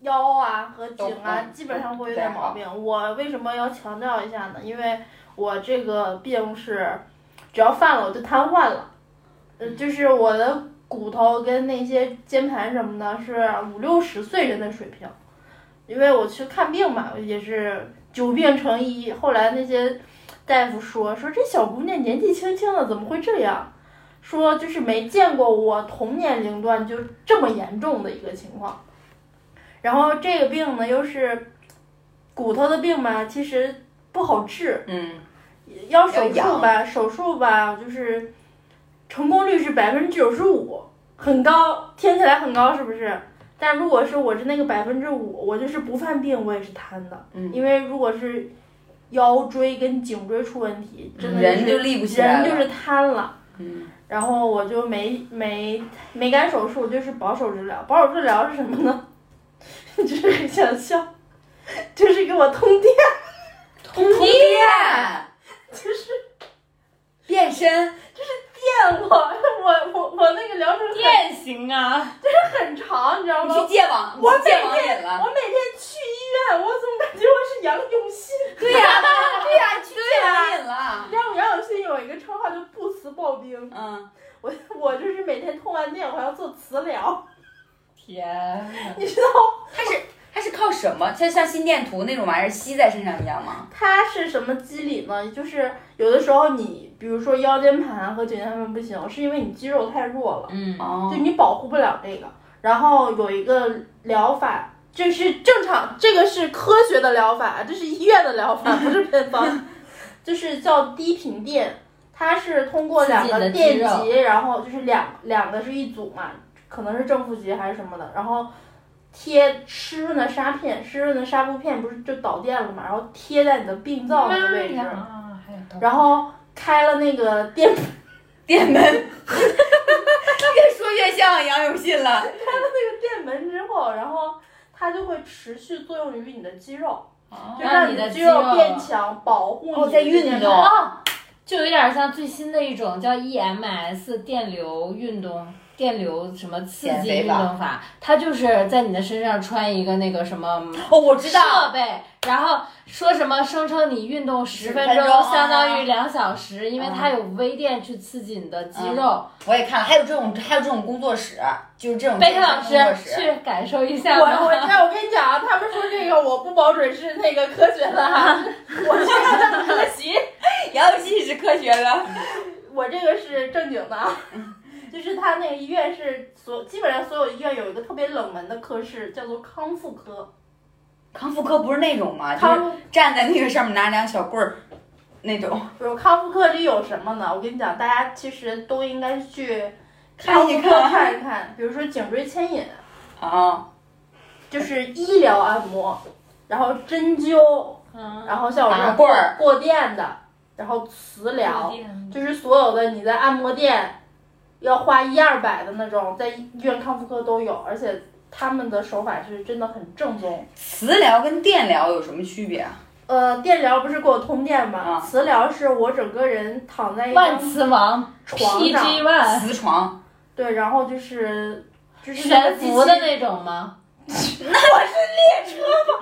[SPEAKER 3] 腰啊和颈啊，
[SPEAKER 2] 都
[SPEAKER 3] 基本上会有点毛病。我为什么要强调一下呢？因为我这个病是，只要犯了我就瘫痪了，嗯，就是我的骨头跟那些肩盘什么的，是五六十岁人的水平。因为我去看病嘛，也是久病成医。后来那些大夫说说这小姑娘年纪轻轻的，怎么会这样？说就是没见过我同年龄段就这么严重的一个情况。然后这个病呢，又是骨头的病吧，其实不好治，
[SPEAKER 2] 嗯，
[SPEAKER 3] 要手术
[SPEAKER 2] 要
[SPEAKER 3] 吧，手术吧，就是成功率是百分之九十五，很高，听起来很高，是不是？但如果是我是那个百分之五，我就是不犯病，我也是瘫的，
[SPEAKER 2] 嗯
[SPEAKER 3] 因为如果是腰椎跟颈椎出问题，真的
[SPEAKER 2] 人
[SPEAKER 3] 是
[SPEAKER 2] 就立不起来
[SPEAKER 3] 人
[SPEAKER 2] 了，
[SPEAKER 3] 就是瘫了。
[SPEAKER 2] 嗯，
[SPEAKER 3] 然后我就没没没干手术，就是保守治疗。保守治疗是什么呢？ 就是很想笑，就是给我通电，
[SPEAKER 2] 通电，
[SPEAKER 3] 就是
[SPEAKER 2] 变身，
[SPEAKER 3] 电我我我我那个疗程很
[SPEAKER 4] 变形啊！
[SPEAKER 3] 很长，你知道
[SPEAKER 2] 你
[SPEAKER 3] 吗？
[SPEAKER 2] 去戒网，你
[SPEAKER 3] 我
[SPEAKER 2] 去戒
[SPEAKER 3] 每
[SPEAKER 2] 网瘾了
[SPEAKER 3] 我，每天去医院，我总感觉我是杨永信。
[SPEAKER 2] 对 呀、对呀、你去戒网瘾
[SPEAKER 3] 你
[SPEAKER 2] 了，
[SPEAKER 3] 知道杨永信有一个称号叫不辞刨冰，
[SPEAKER 2] 嗯，
[SPEAKER 3] 我我就是每天通完电我还要做磁疗，
[SPEAKER 4] 天呐，
[SPEAKER 3] 你知道
[SPEAKER 2] 他是他是靠什么？像像心电图那种玩意儿吸在身上一样吗？
[SPEAKER 3] 它是什么机理呢？就是有的时候你比如说腰间盘和颈间盘不行，是因为你肌肉太弱了。
[SPEAKER 4] 嗯，
[SPEAKER 2] 哦
[SPEAKER 3] 就，你保护不了这个。然后有一个疗法，这是正常，这个是科学的疗法，这是医院的疗法，不是偏 方，就是叫低频电，它是通过两
[SPEAKER 4] 刺激
[SPEAKER 3] 个
[SPEAKER 4] 你的肌
[SPEAKER 3] 电
[SPEAKER 4] 肉
[SPEAKER 3] 极，然后就是两两个是一组嘛，可能是正负极还是什么的，然后。贴湿润的纱片，湿润的纱布片不是就导电了嘛，然后贴在你的病灶那个位置，
[SPEAKER 4] 啊，还有刀
[SPEAKER 3] 然后开了那个电
[SPEAKER 2] 电门，越说越像杨永信了，
[SPEAKER 3] 电门之后，然后它就会持续作用于你的肌肉，就
[SPEAKER 4] 让
[SPEAKER 3] 让
[SPEAKER 4] 你
[SPEAKER 3] 你
[SPEAKER 4] 的
[SPEAKER 3] 肌
[SPEAKER 4] 肌肉
[SPEAKER 3] 肉变强，保护你。
[SPEAKER 2] 哦在运动
[SPEAKER 4] 啊，就有点像最新的一种叫 EMS 电流运动。电流什么刺
[SPEAKER 2] 减
[SPEAKER 4] 激
[SPEAKER 2] 肥
[SPEAKER 4] 运
[SPEAKER 2] 法
[SPEAKER 4] 动法？它就是在你的身上穿一个那个什么
[SPEAKER 2] 哦，我知道，
[SPEAKER 4] 设备，然后说什么声称你运动十分
[SPEAKER 2] 10分
[SPEAKER 4] 钟
[SPEAKER 2] 钟啊
[SPEAKER 4] 相当于两小时，因为它
[SPEAKER 3] 啊
[SPEAKER 4] 有微电去刺激你的肌肉。
[SPEAKER 2] 我也看了，还有这种还有这种工作室，就是这种
[SPEAKER 4] 贝克
[SPEAKER 2] 健身
[SPEAKER 4] 老
[SPEAKER 2] 工作
[SPEAKER 4] 师
[SPEAKER 2] 室
[SPEAKER 4] 去感受一
[SPEAKER 3] 我
[SPEAKER 4] 下吧。
[SPEAKER 3] 我这我跟你讲啊，他们说这个我不保准是那个科学 的啊，我这个是科学，
[SPEAKER 2] 杨永信是科学了，
[SPEAKER 3] 我这个是正经的啊。就是他那个医院是所基本上所有医院有一个特别冷门的科室，叫做康复科。
[SPEAKER 2] 康复科不是那种吗？就是
[SPEAKER 3] 康
[SPEAKER 2] 站在那个上面拿两小棍儿那种，
[SPEAKER 3] 不是康复科里有什么呢？我跟你讲，大家其实都应该去
[SPEAKER 2] 看一
[SPEAKER 3] 康复科
[SPEAKER 2] 看
[SPEAKER 3] 看一看，比如说颈椎牵引。
[SPEAKER 2] 啊，
[SPEAKER 3] 就是医疗按摩，然后针灸，
[SPEAKER 4] 嗯，
[SPEAKER 3] 然后像我这
[SPEAKER 2] 拔罐
[SPEAKER 3] 种过
[SPEAKER 2] 儿
[SPEAKER 3] 过电的，然后磁疗，就是所有的你在按摩店要花一二百的那种，在医院康复科都有，而且他们的手法是真的很正宗。
[SPEAKER 2] 磁疗跟电疗有什么区别啊？
[SPEAKER 3] 呃，电疗不是给我通电吗？
[SPEAKER 2] 啊
[SPEAKER 3] 磁疗是我整个人躺在一
[SPEAKER 4] 万
[SPEAKER 3] 张
[SPEAKER 4] 磁王
[SPEAKER 3] 床上，
[SPEAKER 4] PG One
[SPEAKER 2] 磁床，
[SPEAKER 3] 对，然后就是就是那个
[SPEAKER 4] 悬
[SPEAKER 3] 机器
[SPEAKER 4] 浮的那种吗？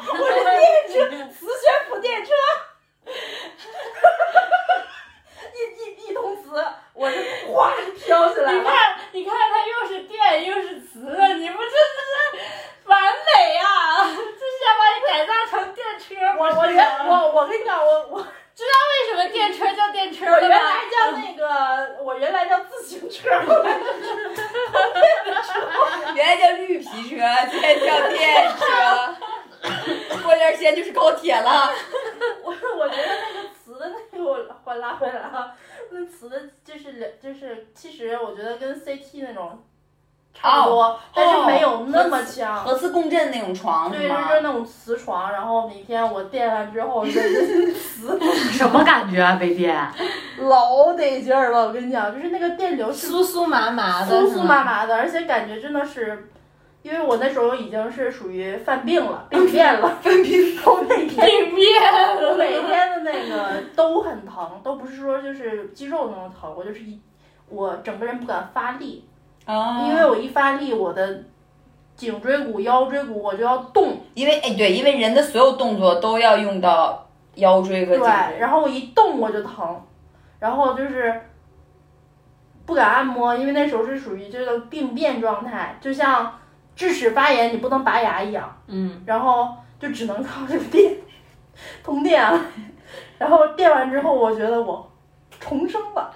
[SPEAKER 3] 磁悬浮电车，一一一通磁，我是哗飘起来了。
[SPEAKER 4] 你看它又是电又是磁的，你不这这是完美啊！这是要把你改造成电车。
[SPEAKER 3] 我我原我我跟你讲，我我
[SPEAKER 4] 为什么电车叫电车
[SPEAKER 3] 我
[SPEAKER 4] 的
[SPEAKER 3] 原
[SPEAKER 4] 吗？
[SPEAKER 3] 来叫那个，我原来叫自行车，
[SPEAKER 2] 原来叫绿皮车，现在叫电车，过一段时间就是高铁了。
[SPEAKER 3] 我 我觉得那个磁的那个我我拉回来啊，那磁的就是两就是其实我觉得跟 CT 那种差不多，但是没有那么强。
[SPEAKER 2] 核磁共振那种床
[SPEAKER 3] 对，
[SPEAKER 2] 是
[SPEAKER 3] 就
[SPEAKER 2] 吗？
[SPEAKER 3] 是那种磁床，然后每天我电完之 后就磁
[SPEAKER 1] 什么感觉啊，贝蒂？
[SPEAKER 3] 老得劲儿了，我跟你讲，就是那个电流是
[SPEAKER 4] 酥酥麻麻的，
[SPEAKER 3] 酥酥麻。麻的，而且感觉真的是，因为我那时候已经是属于 犯病了，病变了，犯病，我每天
[SPEAKER 4] 病变
[SPEAKER 3] 我每天的那个都很疼，都不是说就是肌肉那种疼，我就是一我整个人不敢发力，
[SPEAKER 2] 哦
[SPEAKER 3] 因为我一发力，我的颈椎骨、腰椎骨我就要动，
[SPEAKER 2] 因为哎对，因为人的所有动作都要用到腰椎和
[SPEAKER 3] 对，
[SPEAKER 2] 颈椎。
[SPEAKER 3] 然后我一动我就疼，然后就是不敢按摩，因为那时候是属于这个病变状态，就像智齿发炎你不能拔牙一样。
[SPEAKER 4] 嗯，
[SPEAKER 3] 然后就只能靠这个电，通电啊。 然后电完之后，我觉得我重生了，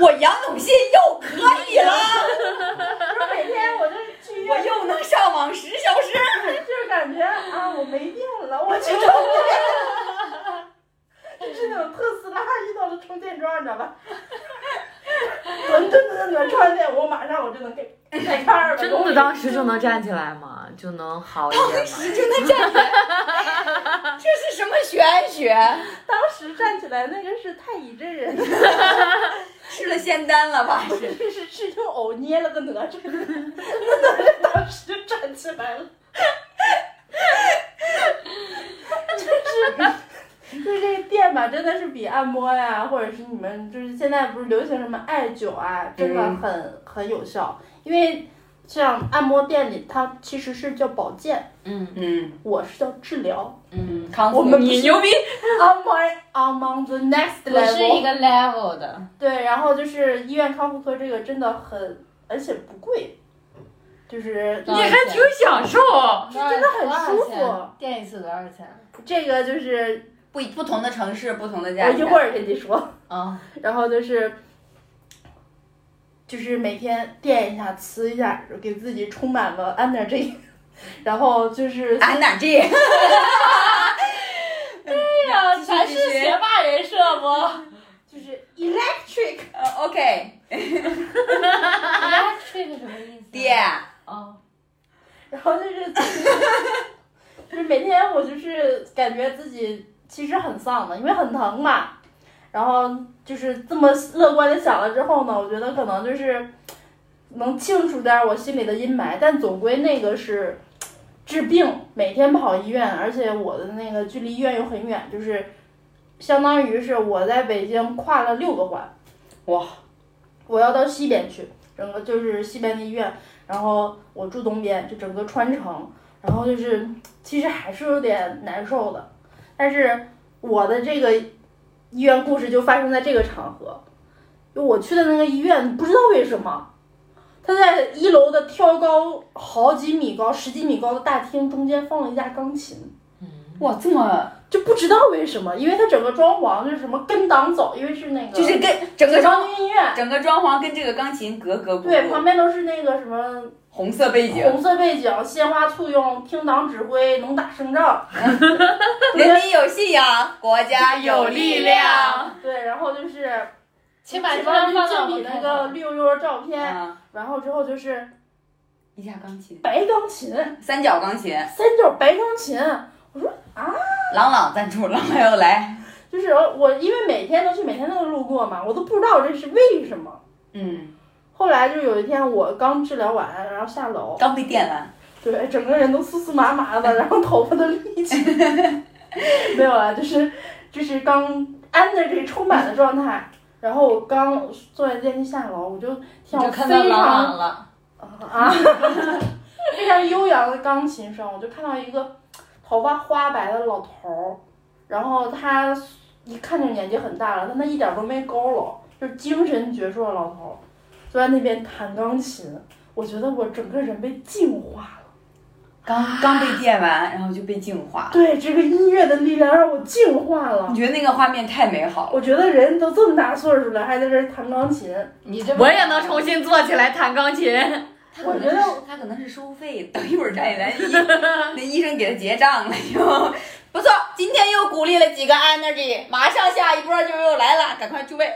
[SPEAKER 2] 我杨永信又可以了，
[SPEAKER 3] 就是每天我就去医
[SPEAKER 2] 我
[SPEAKER 3] 院，
[SPEAKER 2] 又能上网十小时。
[SPEAKER 3] 就是感觉啊，我没电了，我去充电。 就是那种特斯拉遇到了充电桩，你知道吧？ 滚滚滚滚充完电，我马上我就能给再开二百
[SPEAKER 1] 哎 真
[SPEAKER 3] 公
[SPEAKER 1] 的
[SPEAKER 3] 里。
[SPEAKER 1] 当时就能站起来吗？就能好一点吗？
[SPEAKER 2] 就能站起来，这是什么玄学？
[SPEAKER 3] 当时站起来那个是太乙真人，
[SPEAKER 2] 吃了仙丹了吧？ 是。
[SPEAKER 3] 是是是用藕捏了个哪吒，那哪吒当时就站起来了，就是就是这个店吧，真的是比按摩呀，或者是你们就是现在不是流行什么艾灸啊，真的
[SPEAKER 2] 嗯
[SPEAKER 3] 很、很有效，因为像按摩店里它其实是叫保健，
[SPEAKER 2] 嗯
[SPEAKER 3] 我是叫治 疗。
[SPEAKER 2] 嗯，康复
[SPEAKER 3] 我们
[SPEAKER 2] 你牛逼，
[SPEAKER 3] On my on the next
[SPEAKER 4] 我是一
[SPEAKER 3] level，
[SPEAKER 4] 个嗯 level 的，
[SPEAKER 3] 对，然后就是医院康复科这个真的很，而且不贵，就是
[SPEAKER 1] 嗯
[SPEAKER 4] 你还挺
[SPEAKER 1] 享受。
[SPEAKER 4] 真
[SPEAKER 3] 的很舒服
[SPEAKER 4] 电一次多少钱？
[SPEAKER 3] 这个就是
[SPEAKER 2] 不不同的城市不同的价
[SPEAKER 3] 我
[SPEAKER 2] 钱。
[SPEAKER 3] 一会儿跟你说，
[SPEAKER 4] 啊，
[SPEAKER 3] 然后就是就是每天垫一下、呲一下，给自己充满了 energy，然 后就是
[SPEAKER 2] 俺哪这？
[SPEAKER 4] 对哎呀，
[SPEAKER 2] 全是学
[SPEAKER 4] 霸人设不？
[SPEAKER 3] 就是 electric，
[SPEAKER 2] 呃，OK，
[SPEAKER 4] 这个什么意思？
[SPEAKER 2] 爹，
[SPEAKER 4] 哦，
[SPEAKER 3] 然后就是 自己就是每天我就是感觉自己其实很丧的，因为很疼嘛，然后就是这么乐观的想了之后呢，我觉得可能就是能清除点我心里的阴霾，但总归那个是治病，每天跑医院，而且我的那个距离医院又很远，就是相当于是我在北京跨了六个环，
[SPEAKER 2] 哇！
[SPEAKER 3] 我要到西边去，整个就是西边的医院，然后我住东边，就整个穿城，然后就是其实还是有点难受的，但是我的这个医院故事就发生在这个场合。就我去的那个医院，不知道为什么，他在一楼的挑高好几米高、十几米高的大厅中间放了一架钢琴，
[SPEAKER 2] 哇，这么
[SPEAKER 3] 就不知道为什么，因为它整个装潢就是什么跟党走，因为是那个
[SPEAKER 2] 就是跟整个
[SPEAKER 3] 解
[SPEAKER 2] 装
[SPEAKER 3] 放军医院，
[SPEAKER 2] 整个装潢跟这个钢琴格格不
[SPEAKER 3] 对，旁
[SPEAKER 2] 入，
[SPEAKER 3] 边都是那个什么
[SPEAKER 2] 红色背景，
[SPEAKER 3] 红色背景、鲜花簇拥、听党指挥、能打胜仗，
[SPEAKER 2] 人民有信仰，国家有力量。
[SPEAKER 3] 对，然后就是
[SPEAKER 4] 请
[SPEAKER 3] 把
[SPEAKER 4] 把
[SPEAKER 3] 这
[SPEAKER 4] 啊这
[SPEAKER 3] 张
[SPEAKER 4] 张
[SPEAKER 3] 就
[SPEAKER 4] 放到
[SPEAKER 3] 就
[SPEAKER 4] 我
[SPEAKER 3] 你那
[SPEAKER 4] 那
[SPEAKER 3] 个
[SPEAKER 4] 个，
[SPEAKER 3] 六六照片，
[SPEAKER 2] 啊，
[SPEAKER 3] 然后之后就是
[SPEAKER 2] 一架钢琴，
[SPEAKER 3] 白钢琴，
[SPEAKER 2] 三角钢琴，
[SPEAKER 3] 三角白钢琴，
[SPEAKER 2] 朗朗赞助，朗朗又来。
[SPEAKER 3] 就是我因为每天都去，每天都路过嘛，我都不知道这是为什么。
[SPEAKER 2] 嗯，
[SPEAKER 3] 后来就有一天我刚治疗完，然后下楼，
[SPEAKER 2] 刚被电完，
[SPEAKER 3] 对，哎整个人都酥酥麻麻的，然后头发都立起来 没有啊，就是就是刚 energy 充满的状态。然后我刚坐在电梯下楼，我就
[SPEAKER 4] 你
[SPEAKER 3] 听到
[SPEAKER 4] 就看到
[SPEAKER 3] 非
[SPEAKER 4] 朗
[SPEAKER 3] 常
[SPEAKER 4] 朗了，
[SPEAKER 3] 啊， 非常悠扬的钢琴声，我就看到一个头发花白的老头儿，然后他一看就年纪很大了，但他一点儿都没佝偻，就是精神矍铄的老头儿，坐在那边弹钢琴，我觉得我整个人被净化了。
[SPEAKER 2] 刚刚被电完，然后就被净化。
[SPEAKER 3] 对，这个音乐的力量让我净化了
[SPEAKER 2] 你。觉得那个画面太美好了，
[SPEAKER 3] 我觉得人都这么大岁数了，还在这儿弹钢琴，
[SPEAKER 4] 你这
[SPEAKER 1] 我也能重新坐起来弹钢琴。
[SPEAKER 3] 我觉得
[SPEAKER 2] 他可能是收费，等一会儿站起来，医那医生给他结账了就。不错，今天又鼓励了几个 energy，马上下一波就又来了，赶快就位。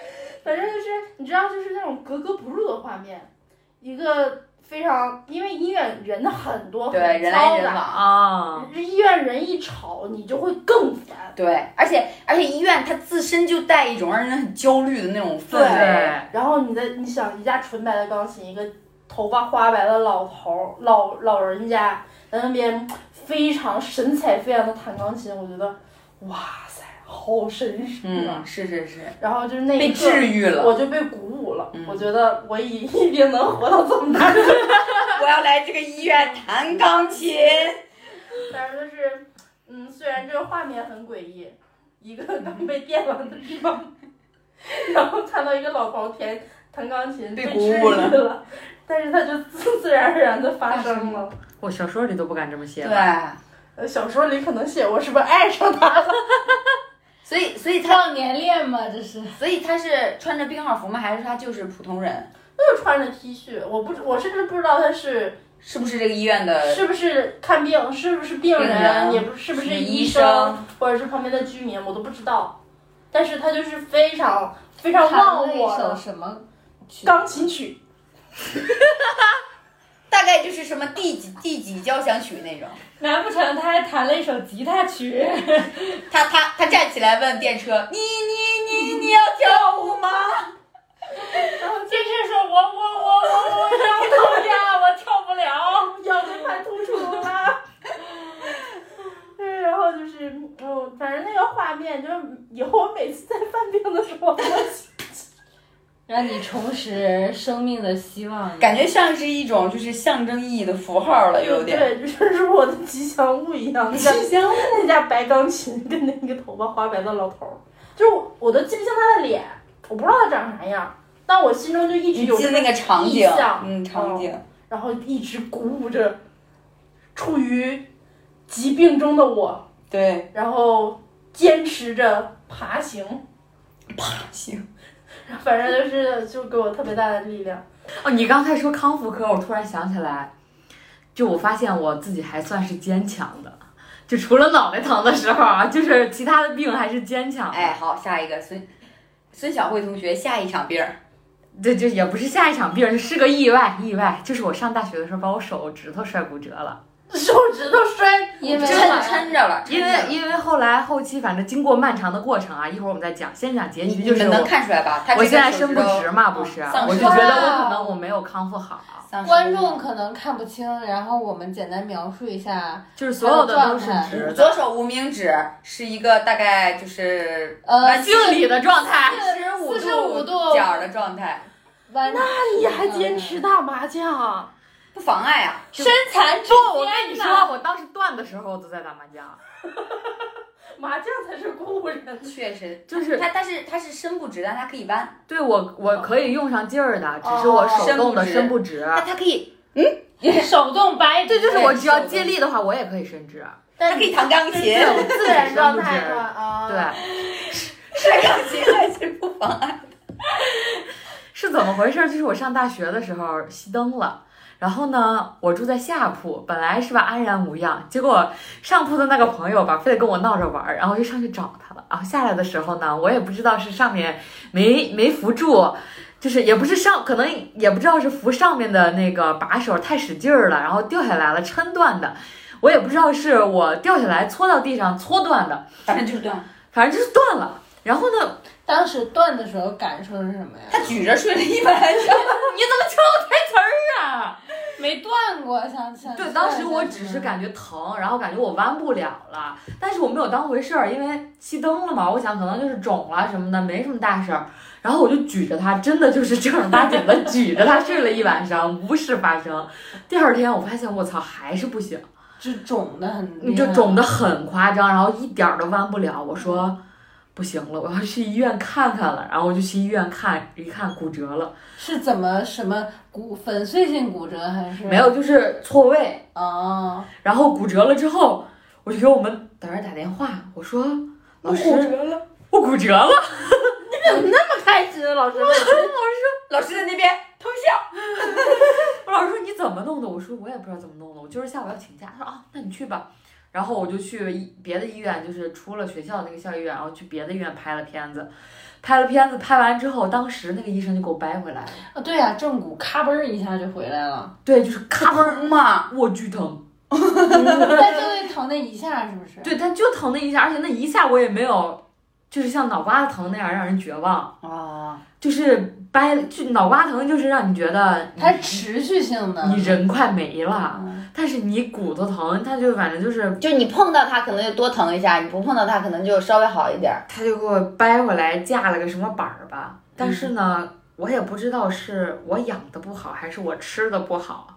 [SPEAKER 3] 反正就是你知道，就是那种格格不入的画面，一个非常因为医院人很多，
[SPEAKER 2] 对，
[SPEAKER 3] 很
[SPEAKER 2] 人
[SPEAKER 3] 嘈
[SPEAKER 2] 来人
[SPEAKER 3] 杂
[SPEAKER 2] 往。
[SPEAKER 1] 啊，
[SPEAKER 3] 医院人一吵，你就会更烦。
[SPEAKER 2] 对，而且而且医院它自身就带一种让人很焦虑的那种氛围。
[SPEAKER 1] 对，
[SPEAKER 3] 然后你的，你想一架纯白的钢琴，一个头发花白的老头儿老老人家在那边非常神采飞扬的弹钢琴，我觉得哇塞，好绅士啊。
[SPEAKER 2] 嗯，是是是，
[SPEAKER 3] 然后就是那
[SPEAKER 2] 被
[SPEAKER 3] 一刻
[SPEAKER 2] 治愈了。
[SPEAKER 3] 我就被鼓舞了。
[SPEAKER 2] 嗯
[SPEAKER 3] 我觉得我已 一定能活到这么大。
[SPEAKER 2] 我要来这个医院弹钢琴。
[SPEAKER 3] 但是就是，嗯，虽然这个画面很诡异，一个刚被电完的地方， 然后看到一个老头弹弹钢琴，
[SPEAKER 2] 被
[SPEAKER 3] 被
[SPEAKER 2] 鼓
[SPEAKER 3] 治愈
[SPEAKER 2] 舞了
[SPEAKER 3] 了，但是它就自自然而然的发生了。
[SPEAKER 1] 我小说里都不敢这么写
[SPEAKER 2] 对，
[SPEAKER 1] 吧。
[SPEAKER 3] 呃，小说里可能写我是不是爱上他了？
[SPEAKER 2] 所以 所以他
[SPEAKER 4] 忘年恋嘛，这是。
[SPEAKER 2] 所以他是穿着病号服吗？还是他就是普通人？
[SPEAKER 3] 就穿着 T 恤，我不，我甚至不知道他是
[SPEAKER 2] 是不是这个医院的
[SPEAKER 3] 是不是看病，是不是病
[SPEAKER 2] 病人
[SPEAKER 3] 也不是不是
[SPEAKER 2] 医
[SPEAKER 3] 医
[SPEAKER 2] 生？
[SPEAKER 3] 或者是旁边的居民，我都不知道。但是他就是非常非常
[SPEAKER 4] 唱
[SPEAKER 3] 忘
[SPEAKER 4] 了一
[SPEAKER 3] 我
[SPEAKER 4] 首
[SPEAKER 3] 的
[SPEAKER 4] 什么曲？
[SPEAKER 3] 钢琴曲，
[SPEAKER 2] 大概就是什么第几第几交响曲那种。
[SPEAKER 4] 难不成他还弹了一首吉他 曲？啊
[SPEAKER 2] 他他他站起来问电车：“你你你你要跳舞吗
[SPEAKER 3] 电视说我我我我我要跳呀，我跳不了，腰椎盘突出了。对，然后就是，嗯，反正那个画面，就是以后我每次在犯病的时候，
[SPEAKER 4] 让你重拾生命的希望？”。
[SPEAKER 2] 感觉像是一种就是象征意义的符号 了，有点。
[SPEAKER 3] 对，就是 是我的吉祥物一样，那架
[SPEAKER 2] 祥物。
[SPEAKER 3] 那架白钢琴跟那个头发花白的老头儿，就是我我都记不清他的脸，我不知道他长啥样，但我心中就一直
[SPEAKER 2] 你
[SPEAKER 3] 有
[SPEAKER 2] 记
[SPEAKER 3] 这
[SPEAKER 2] 得那个场
[SPEAKER 3] 意
[SPEAKER 2] 景
[SPEAKER 3] 象，
[SPEAKER 2] 嗯，场景。
[SPEAKER 3] 然后一直鼓舞着处于疾病中的我，
[SPEAKER 2] 对，
[SPEAKER 3] 然后坚持着爬行，
[SPEAKER 2] 行。
[SPEAKER 3] 反正就是就给我特别大的力量。
[SPEAKER 1] 哦，你刚才说康复科，我突然想起来，就我发现我自己还算是坚强的，就除了脑袋疼的时候啊，就是其他的病还是坚强的。
[SPEAKER 2] 哎，好，下一个孙孙小慧同学下一场病儿，
[SPEAKER 1] 对，就也不是下一场病，是个意外，意外就是我上大学的时候把我手指头摔骨折了，
[SPEAKER 3] 手指头摔，
[SPEAKER 4] 因为
[SPEAKER 2] 抻抻着了，抻
[SPEAKER 1] 因为
[SPEAKER 2] 着了
[SPEAKER 1] 因为后来后期反正经过漫长的过程啊，一会儿我们再讲，先讲结
[SPEAKER 2] 你
[SPEAKER 1] 局
[SPEAKER 2] 你
[SPEAKER 1] 就是
[SPEAKER 2] 们能
[SPEAKER 1] 我
[SPEAKER 2] 看出来吧？他
[SPEAKER 1] 我
[SPEAKER 2] 这个
[SPEAKER 1] 现在
[SPEAKER 2] 手
[SPEAKER 1] 伸
[SPEAKER 2] 指
[SPEAKER 1] 不
[SPEAKER 2] 头
[SPEAKER 1] 直嘛，不是，啊
[SPEAKER 2] 嗯丧
[SPEAKER 1] 我就
[SPEAKER 2] 失
[SPEAKER 1] 觉
[SPEAKER 2] 了嗯
[SPEAKER 1] 得我可能我没有康复好，啊
[SPEAKER 2] 丧失
[SPEAKER 4] 观
[SPEAKER 2] 了
[SPEAKER 4] 众可能看不清，然后我们简单描述一下，
[SPEAKER 1] 就是所有的都是
[SPEAKER 4] 还有状态
[SPEAKER 1] 直的，
[SPEAKER 2] 左手无名指是一个大概就是
[SPEAKER 4] 呃，
[SPEAKER 2] 弯
[SPEAKER 1] 敬礼的状态。
[SPEAKER 2] 十五
[SPEAKER 4] 45度
[SPEAKER 2] 角儿的状态，
[SPEAKER 4] 弯那
[SPEAKER 3] 你还坚持打麻将啊？
[SPEAKER 2] 不妨碍啊。
[SPEAKER 4] 身残志
[SPEAKER 1] 不，我
[SPEAKER 4] 坚
[SPEAKER 1] 跟你
[SPEAKER 4] 呐
[SPEAKER 1] 说，我当时断的时候我都在打麻将，
[SPEAKER 3] 麻将才是鼓舞人的。
[SPEAKER 2] 确实，
[SPEAKER 1] 就是
[SPEAKER 2] 它但是它是伸不直，但它可以弯，
[SPEAKER 1] 对我我可以用上劲儿的，只是我
[SPEAKER 2] 哦
[SPEAKER 1] 手动的伸不直。
[SPEAKER 2] 但它可以
[SPEAKER 4] 手动掰，
[SPEAKER 1] 这就是我只要借力的话，我也可以伸直。啊
[SPEAKER 2] 它可以弹钢 琴，
[SPEAKER 3] 这种自然状态
[SPEAKER 1] 伸
[SPEAKER 3] 是
[SPEAKER 1] 不
[SPEAKER 3] 吧？
[SPEAKER 2] 哦
[SPEAKER 1] 直
[SPEAKER 3] 啊，
[SPEAKER 1] 对，
[SPEAKER 2] 弹钢琴还是不妨 碍。
[SPEAKER 1] 是怎么回事？就是我上大学的时候熄灯了。然后呢，我住在下铺，本来是吧安然无恙，结果上铺的那个朋友吧，非得跟我闹着玩儿，然后我就上去找他了。然后下来的时候呢，我也不知道是上面没没扶住，就是也不是上，可能也不知道是扶上面的那个把手太使劲儿了，然后掉下来了，抻断的。我也不知道是我掉下来搓到地上搓断的，
[SPEAKER 2] 反正就是这样，
[SPEAKER 1] 反正就是断了。然后呢，
[SPEAKER 4] 当时断的时候感受是什么呀？
[SPEAKER 2] 他举着睡了一晚上。
[SPEAKER 1] 你怎么知道我台词儿啊？
[SPEAKER 4] 没断过，想想
[SPEAKER 1] 嗯对，嗯当时我只是感觉疼，然后感觉我弯不了了，但是我没有当回事儿，因为熄灯了嘛，我想可能就是肿了什么的，没什么大事儿。然后我就举着它，真的就是正儿八经的举着它睡了一晚上，无事发生。第二天我发现我操还是不行，
[SPEAKER 4] 就肿的很厉
[SPEAKER 1] 你
[SPEAKER 4] 害，
[SPEAKER 1] 就肿得很夸张，然后一点儿都弯不了。我说不行了，我要去医院看看了。然后我就去医院看，一看骨折了，
[SPEAKER 4] 是怎么什么骨粉碎性骨折还是
[SPEAKER 1] 没有，就是错位。
[SPEAKER 4] 哦，
[SPEAKER 1] 然后骨折了之后，我就给我们导员打电话，我说老师，
[SPEAKER 2] 折了。
[SPEAKER 1] 我骨折了。
[SPEAKER 3] 这么开心，老师问
[SPEAKER 2] 老师在那边偷笑。
[SPEAKER 1] 我老师说你怎么弄的？我说我也不知道怎么弄的，我就是下午要请假。他说啊，那你去吧。然后我就去医别的医院，就是出了学校那个校医院，然后去别的医院拍了片子，拍了片子，拍完之后，当时那个医生就给我掰回来了，
[SPEAKER 4] 啊对呀、正骨咔嘣儿一下就回来 了，
[SPEAKER 1] 对，就是咔嘣儿，
[SPEAKER 2] 疼嘛，
[SPEAKER 1] 我巨疼，
[SPEAKER 4] 但就那疼那一下是不是？
[SPEAKER 1] 对，他就疼那一下，而且那一下我也没有，就是像脑瓜子疼那样让人绝望，
[SPEAKER 2] 啊，
[SPEAKER 1] 就是掰就脑瓜疼，就是让你觉得
[SPEAKER 4] 它是持续性的，
[SPEAKER 1] 你人快没了，
[SPEAKER 4] 嗯
[SPEAKER 1] 但是你骨头疼，它就反正就是
[SPEAKER 2] 就你碰到它可能就多疼一下，你不碰到它可能就稍微好一点儿。
[SPEAKER 1] 他就给我掰回来架了个什么板儿吧，但
[SPEAKER 4] 嗯
[SPEAKER 1] 是呢，我也不知道是我养的不好还是我吃的不好，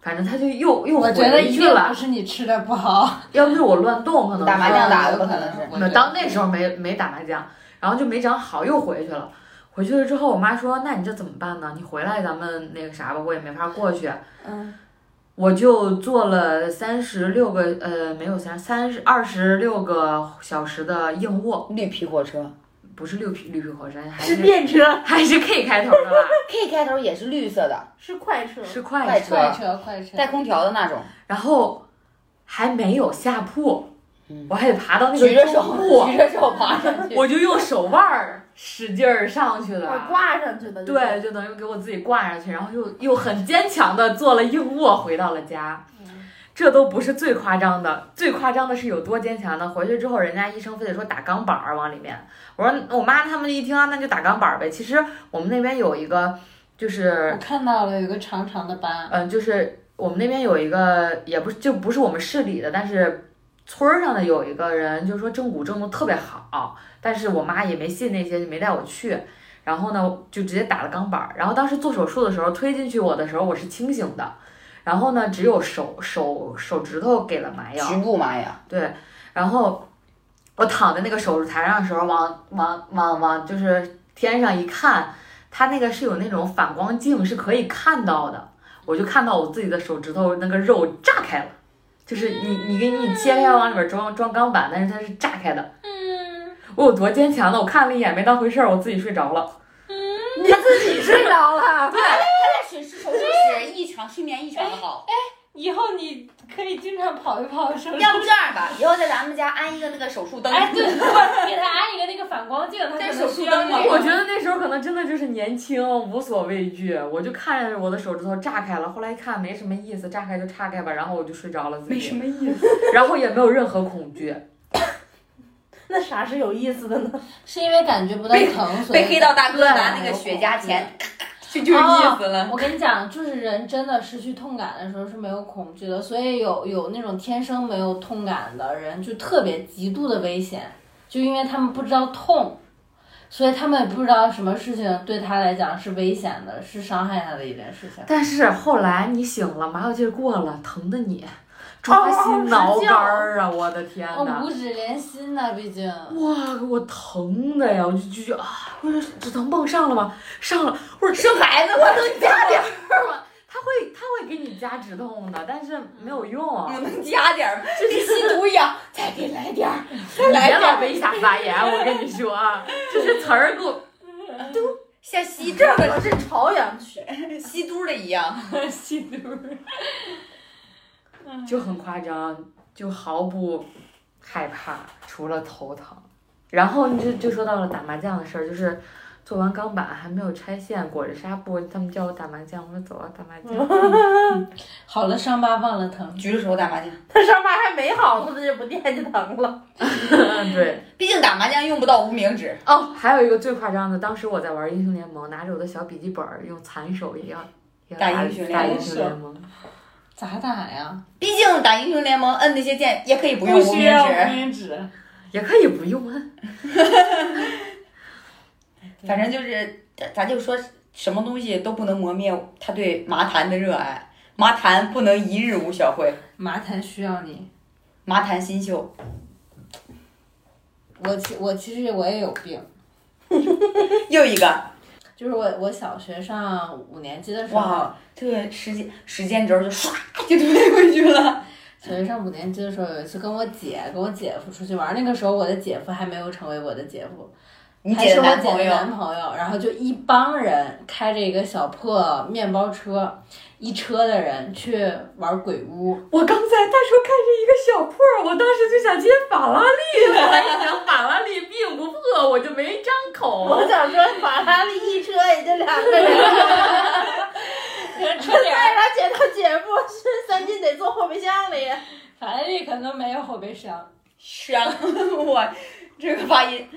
[SPEAKER 1] 反正他就又又
[SPEAKER 4] 我
[SPEAKER 1] 回
[SPEAKER 4] 觉得一
[SPEAKER 1] 去
[SPEAKER 4] 定不
[SPEAKER 1] 了，
[SPEAKER 4] 是你吃的不 好，
[SPEAKER 1] 要不是我乱动，可能
[SPEAKER 2] 打麻
[SPEAKER 1] 是
[SPEAKER 2] 将打
[SPEAKER 4] 有
[SPEAKER 2] 的可能是
[SPEAKER 4] 我
[SPEAKER 1] 那
[SPEAKER 4] 觉得
[SPEAKER 1] 当那时候没没打麻将，然后就没长好，又回去了。回去了之后，我妈说：“那你这怎么办呢？你回来咱们那个啥吧，我也没法过去。”
[SPEAKER 2] 嗯，
[SPEAKER 1] 我就做了三十六个呃，没有三三十二十六个小时的硬卧，
[SPEAKER 2] 绿皮火车
[SPEAKER 1] 不是绿皮绿皮火车，还
[SPEAKER 5] 是
[SPEAKER 1] 是
[SPEAKER 5] 电车，
[SPEAKER 1] 还是 K 开头的吧，
[SPEAKER 2] ，K 开头也是绿色的，
[SPEAKER 5] 是快车，
[SPEAKER 1] 是快
[SPEAKER 2] 快
[SPEAKER 1] 车。
[SPEAKER 4] 快车快车，
[SPEAKER 2] 带空调的那种，
[SPEAKER 1] 然后还没有下铺
[SPEAKER 2] 嗯，
[SPEAKER 1] 我还得爬到那
[SPEAKER 2] 举着
[SPEAKER 1] 个
[SPEAKER 2] 手
[SPEAKER 1] 中铺，
[SPEAKER 2] 举着手爬上去。
[SPEAKER 1] 我就用手腕儿使劲儿上去的。
[SPEAKER 5] 啊挂上去的，
[SPEAKER 1] 对，就等于给我自己挂上去，然后又又很坚强的做了硬卧，回到了家。这都不是最夸张的，最夸张的是有多坚强呢？回去之后，人家医生非得说打钢板儿往里面。我说我妈他们一听啊，那就打钢板儿呗。其实我们那边有一个，就是
[SPEAKER 4] 我看到了有个长长的疤，
[SPEAKER 1] 嗯，就是我们那边有一个，也不是就不是我们市里的，但是村儿上的有一个人，就是说正骨正的特别好，但是我妈也没信那些，就没带我去。然后呢，就直接打了钢板儿。然后当时做手术的时候，推进去我的时候，我是清醒的。然后呢，只有手手手指头给了麻药，
[SPEAKER 2] 局部麻哎呀，
[SPEAKER 1] 对，然后我躺在那个手术台上的时候，往往往往就是天上一看，它那个是有那种反光镜是可以看到的，我就看到我自己的手指头那个肉炸开了，就是你你给你切开往里面装装钢板，但是它是炸开的。
[SPEAKER 4] 嗯
[SPEAKER 1] 我有多坚强呢？我看了一眼没当回事儿，我自己睡着了。
[SPEAKER 5] 你自己睡着了，
[SPEAKER 2] 在水手术室异常睡眠异常的好。
[SPEAKER 4] 以后你可以经常跑一跑手
[SPEAKER 2] 要不这样吧，以后在咱们家安一个那个手术灯，
[SPEAKER 4] 哎， 对，不给他安一个那个反光镜，他可
[SPEAKER 2] 这手
[SPEAKER 4] 能
[SPEAKER 2] 术
[SPEAKER 4] 需要
[SPEAKER 2] 灯
[SPEAKER 4] 那
[SPEAKER 2] 吗
[SPEAKER 4] 个
[SPEAKER 1] 我觉得那时候可能真的就是年轻，无所畏惧。我就看着我的手指头炸开了，后来一看没什么意思，炸开就炸开吧，然后我就睡着了。自己
[SPEAKER 2] 么意思。
[SPEAKER 1] 然后也没有任何恐惧，
[SPEAKER 5] 那啥是有意思的呢？
[SPEAKER 4] 是因为感觉不到疼，所以
[SPEAKER 2] 被黑道大哥
[SPEAKER 1] 对
[SPEAKER 2] 拿那个雪茄钳，咔咔这就是意思了。
[SPEAKER 4] 我跟你讲，就是人真的失去痛感的时候是没有恐惧的，所以有有那种天生没有痛感的人，就特别极度的危险，就因为他们不知道痛，所以他们也不知道什么事情对他来讲是危险的，是伤害他的一件事情。
[SPEAKER 1] 但是后来你醒了，麻药劲儿过了，疼的你抓
[SPEAKER 2] 哦
[SPEAKER 1] 心挠肝儿啊！我的天
[SPEAKER 4] 哦，
[SPEAKER 1] 哪！
[SPEAKER 4] 五指连心呐、毕 竟
[SPEAKER 1] 哇，给我疼的呀！我就就就啊，我说止疼泵上了吗？上了。我说
[SPEAKER 2] 生孩子，我能 加点儿，
[SPEAKER 1] 他会他会给你加止痛的，但是没有用啊。
[SPEAKER 2] 我能加点儿，这是吸毒一样，再给来点儿， 再
[SPEAKER 1] 你
[SPEAKER 2] 来
[SPEAKER 1] 别
[SPEAKER 2] 点
[SPEAKER 1] 老
[SPEAKER 2] 儿，
[SPEAKER 1] 被一下发言，我跟你说啊，这些词儿给我
[SPEAKER 2] 像吸毒的
[SPEAKER 5] 是朝阳区，
[SPEAKER 2] 吸毒的一样。
[SPEAKER 4] 吸毒。
[SPEAKER 1] 就很夸张，就毫不害怕，除了头疼。然后你就就说到了打麻将的事儿，就是做完钢板还没有拆线，裹着纱布，他们叫我打麻将，我说走啊，打麻 将。
[SPEAKER 4] 好了，伤疤忘了疼。
[SPEAKER 2] 举着手打麻将，
[SPEAKER 5] 他伤疤还没好，他这不惦记疼了。
[SPEAKER 1] 对，
[SPEAKER 2] 毕竟打麻将用不到无名指。
[SPEAKER 1] 哦，还有一个最夸张的，当时我在玩英雄联盟，拿着我的小笔记本儿，用残手也要也要
[SPEAKER 2] 打
[SPEAKER 1] 打
[SPEAKER 2] 英雄
[SPEAKER 1] 打
[SPEAKER 2] 联
[SPEAKER 1] 英雄联盟。
[SPEAKER 4] 咋打呀？
[SPEAKER 2] 毕竟打英雄联盟摁那些键也可以不嗯用无
[SPEAKER 4] 需
[SPEAKER 2] 名
[SPEAKER 4] 要无
[SPEAKER 2] 指，
[SPEAKER 4] 名指。
[SPEAKER 1] 也可以不用摁，
[SPEAKER 2] 反正就是咱咱就说什么东西都不能磨灭他对麻坛的热爱，麻坛不能一日无小慧，
[SPEAKER 4] 麻烦需要你。
[SPEAKER 2] 麻坛新秀。
[SPEAKER 4] 我其我其实我也有病。
[SPEAKER 2] 又一个，
[SPEAKER 4] 就是我我小学上五年级的时候，
[SPEAKER 2] 哇，这个时间时间轴就唰就推回去了。
[SPEAKER 4] 小学上五年级的时候，有一次跟我姐跟我姐夫出去玩，那个时候我的姐夫还没有成为我的姐夫，
[SPEAKER 2] 你
[SPEAKER 4] 还
[SPEAKER 2] 姐
[SPEAKER 4] 是
[SPEAKER 2] 的
[SPEAKER 4] 我
[SPEAKER 2] 男
[SPEAKER 4] 姐
[SPEAKER 2] 朋
[SPEAKER 4] 的
[SPEAKER 2] 友，
[SPEAKER 4] 男朋友，然后就一帮人开着一个小破面包车，一车的人去玩鬼屋，
[SPEAKER 1] 我刚才他说看着一个小破儿，我当时就想接法拉利了。我一想法拉利并不破，我就没张口。
[SPEAKER 5] 我想说，法拉利一车也就两个人，
[SPEAKER 4] 车
[SPEAKER 5] 带 他姐他姐夫是三金得坐后备箱里。
[SPEAKER 4] 法拉利可能没有后备箱。
[SPEAKER 2] 香，我这个发音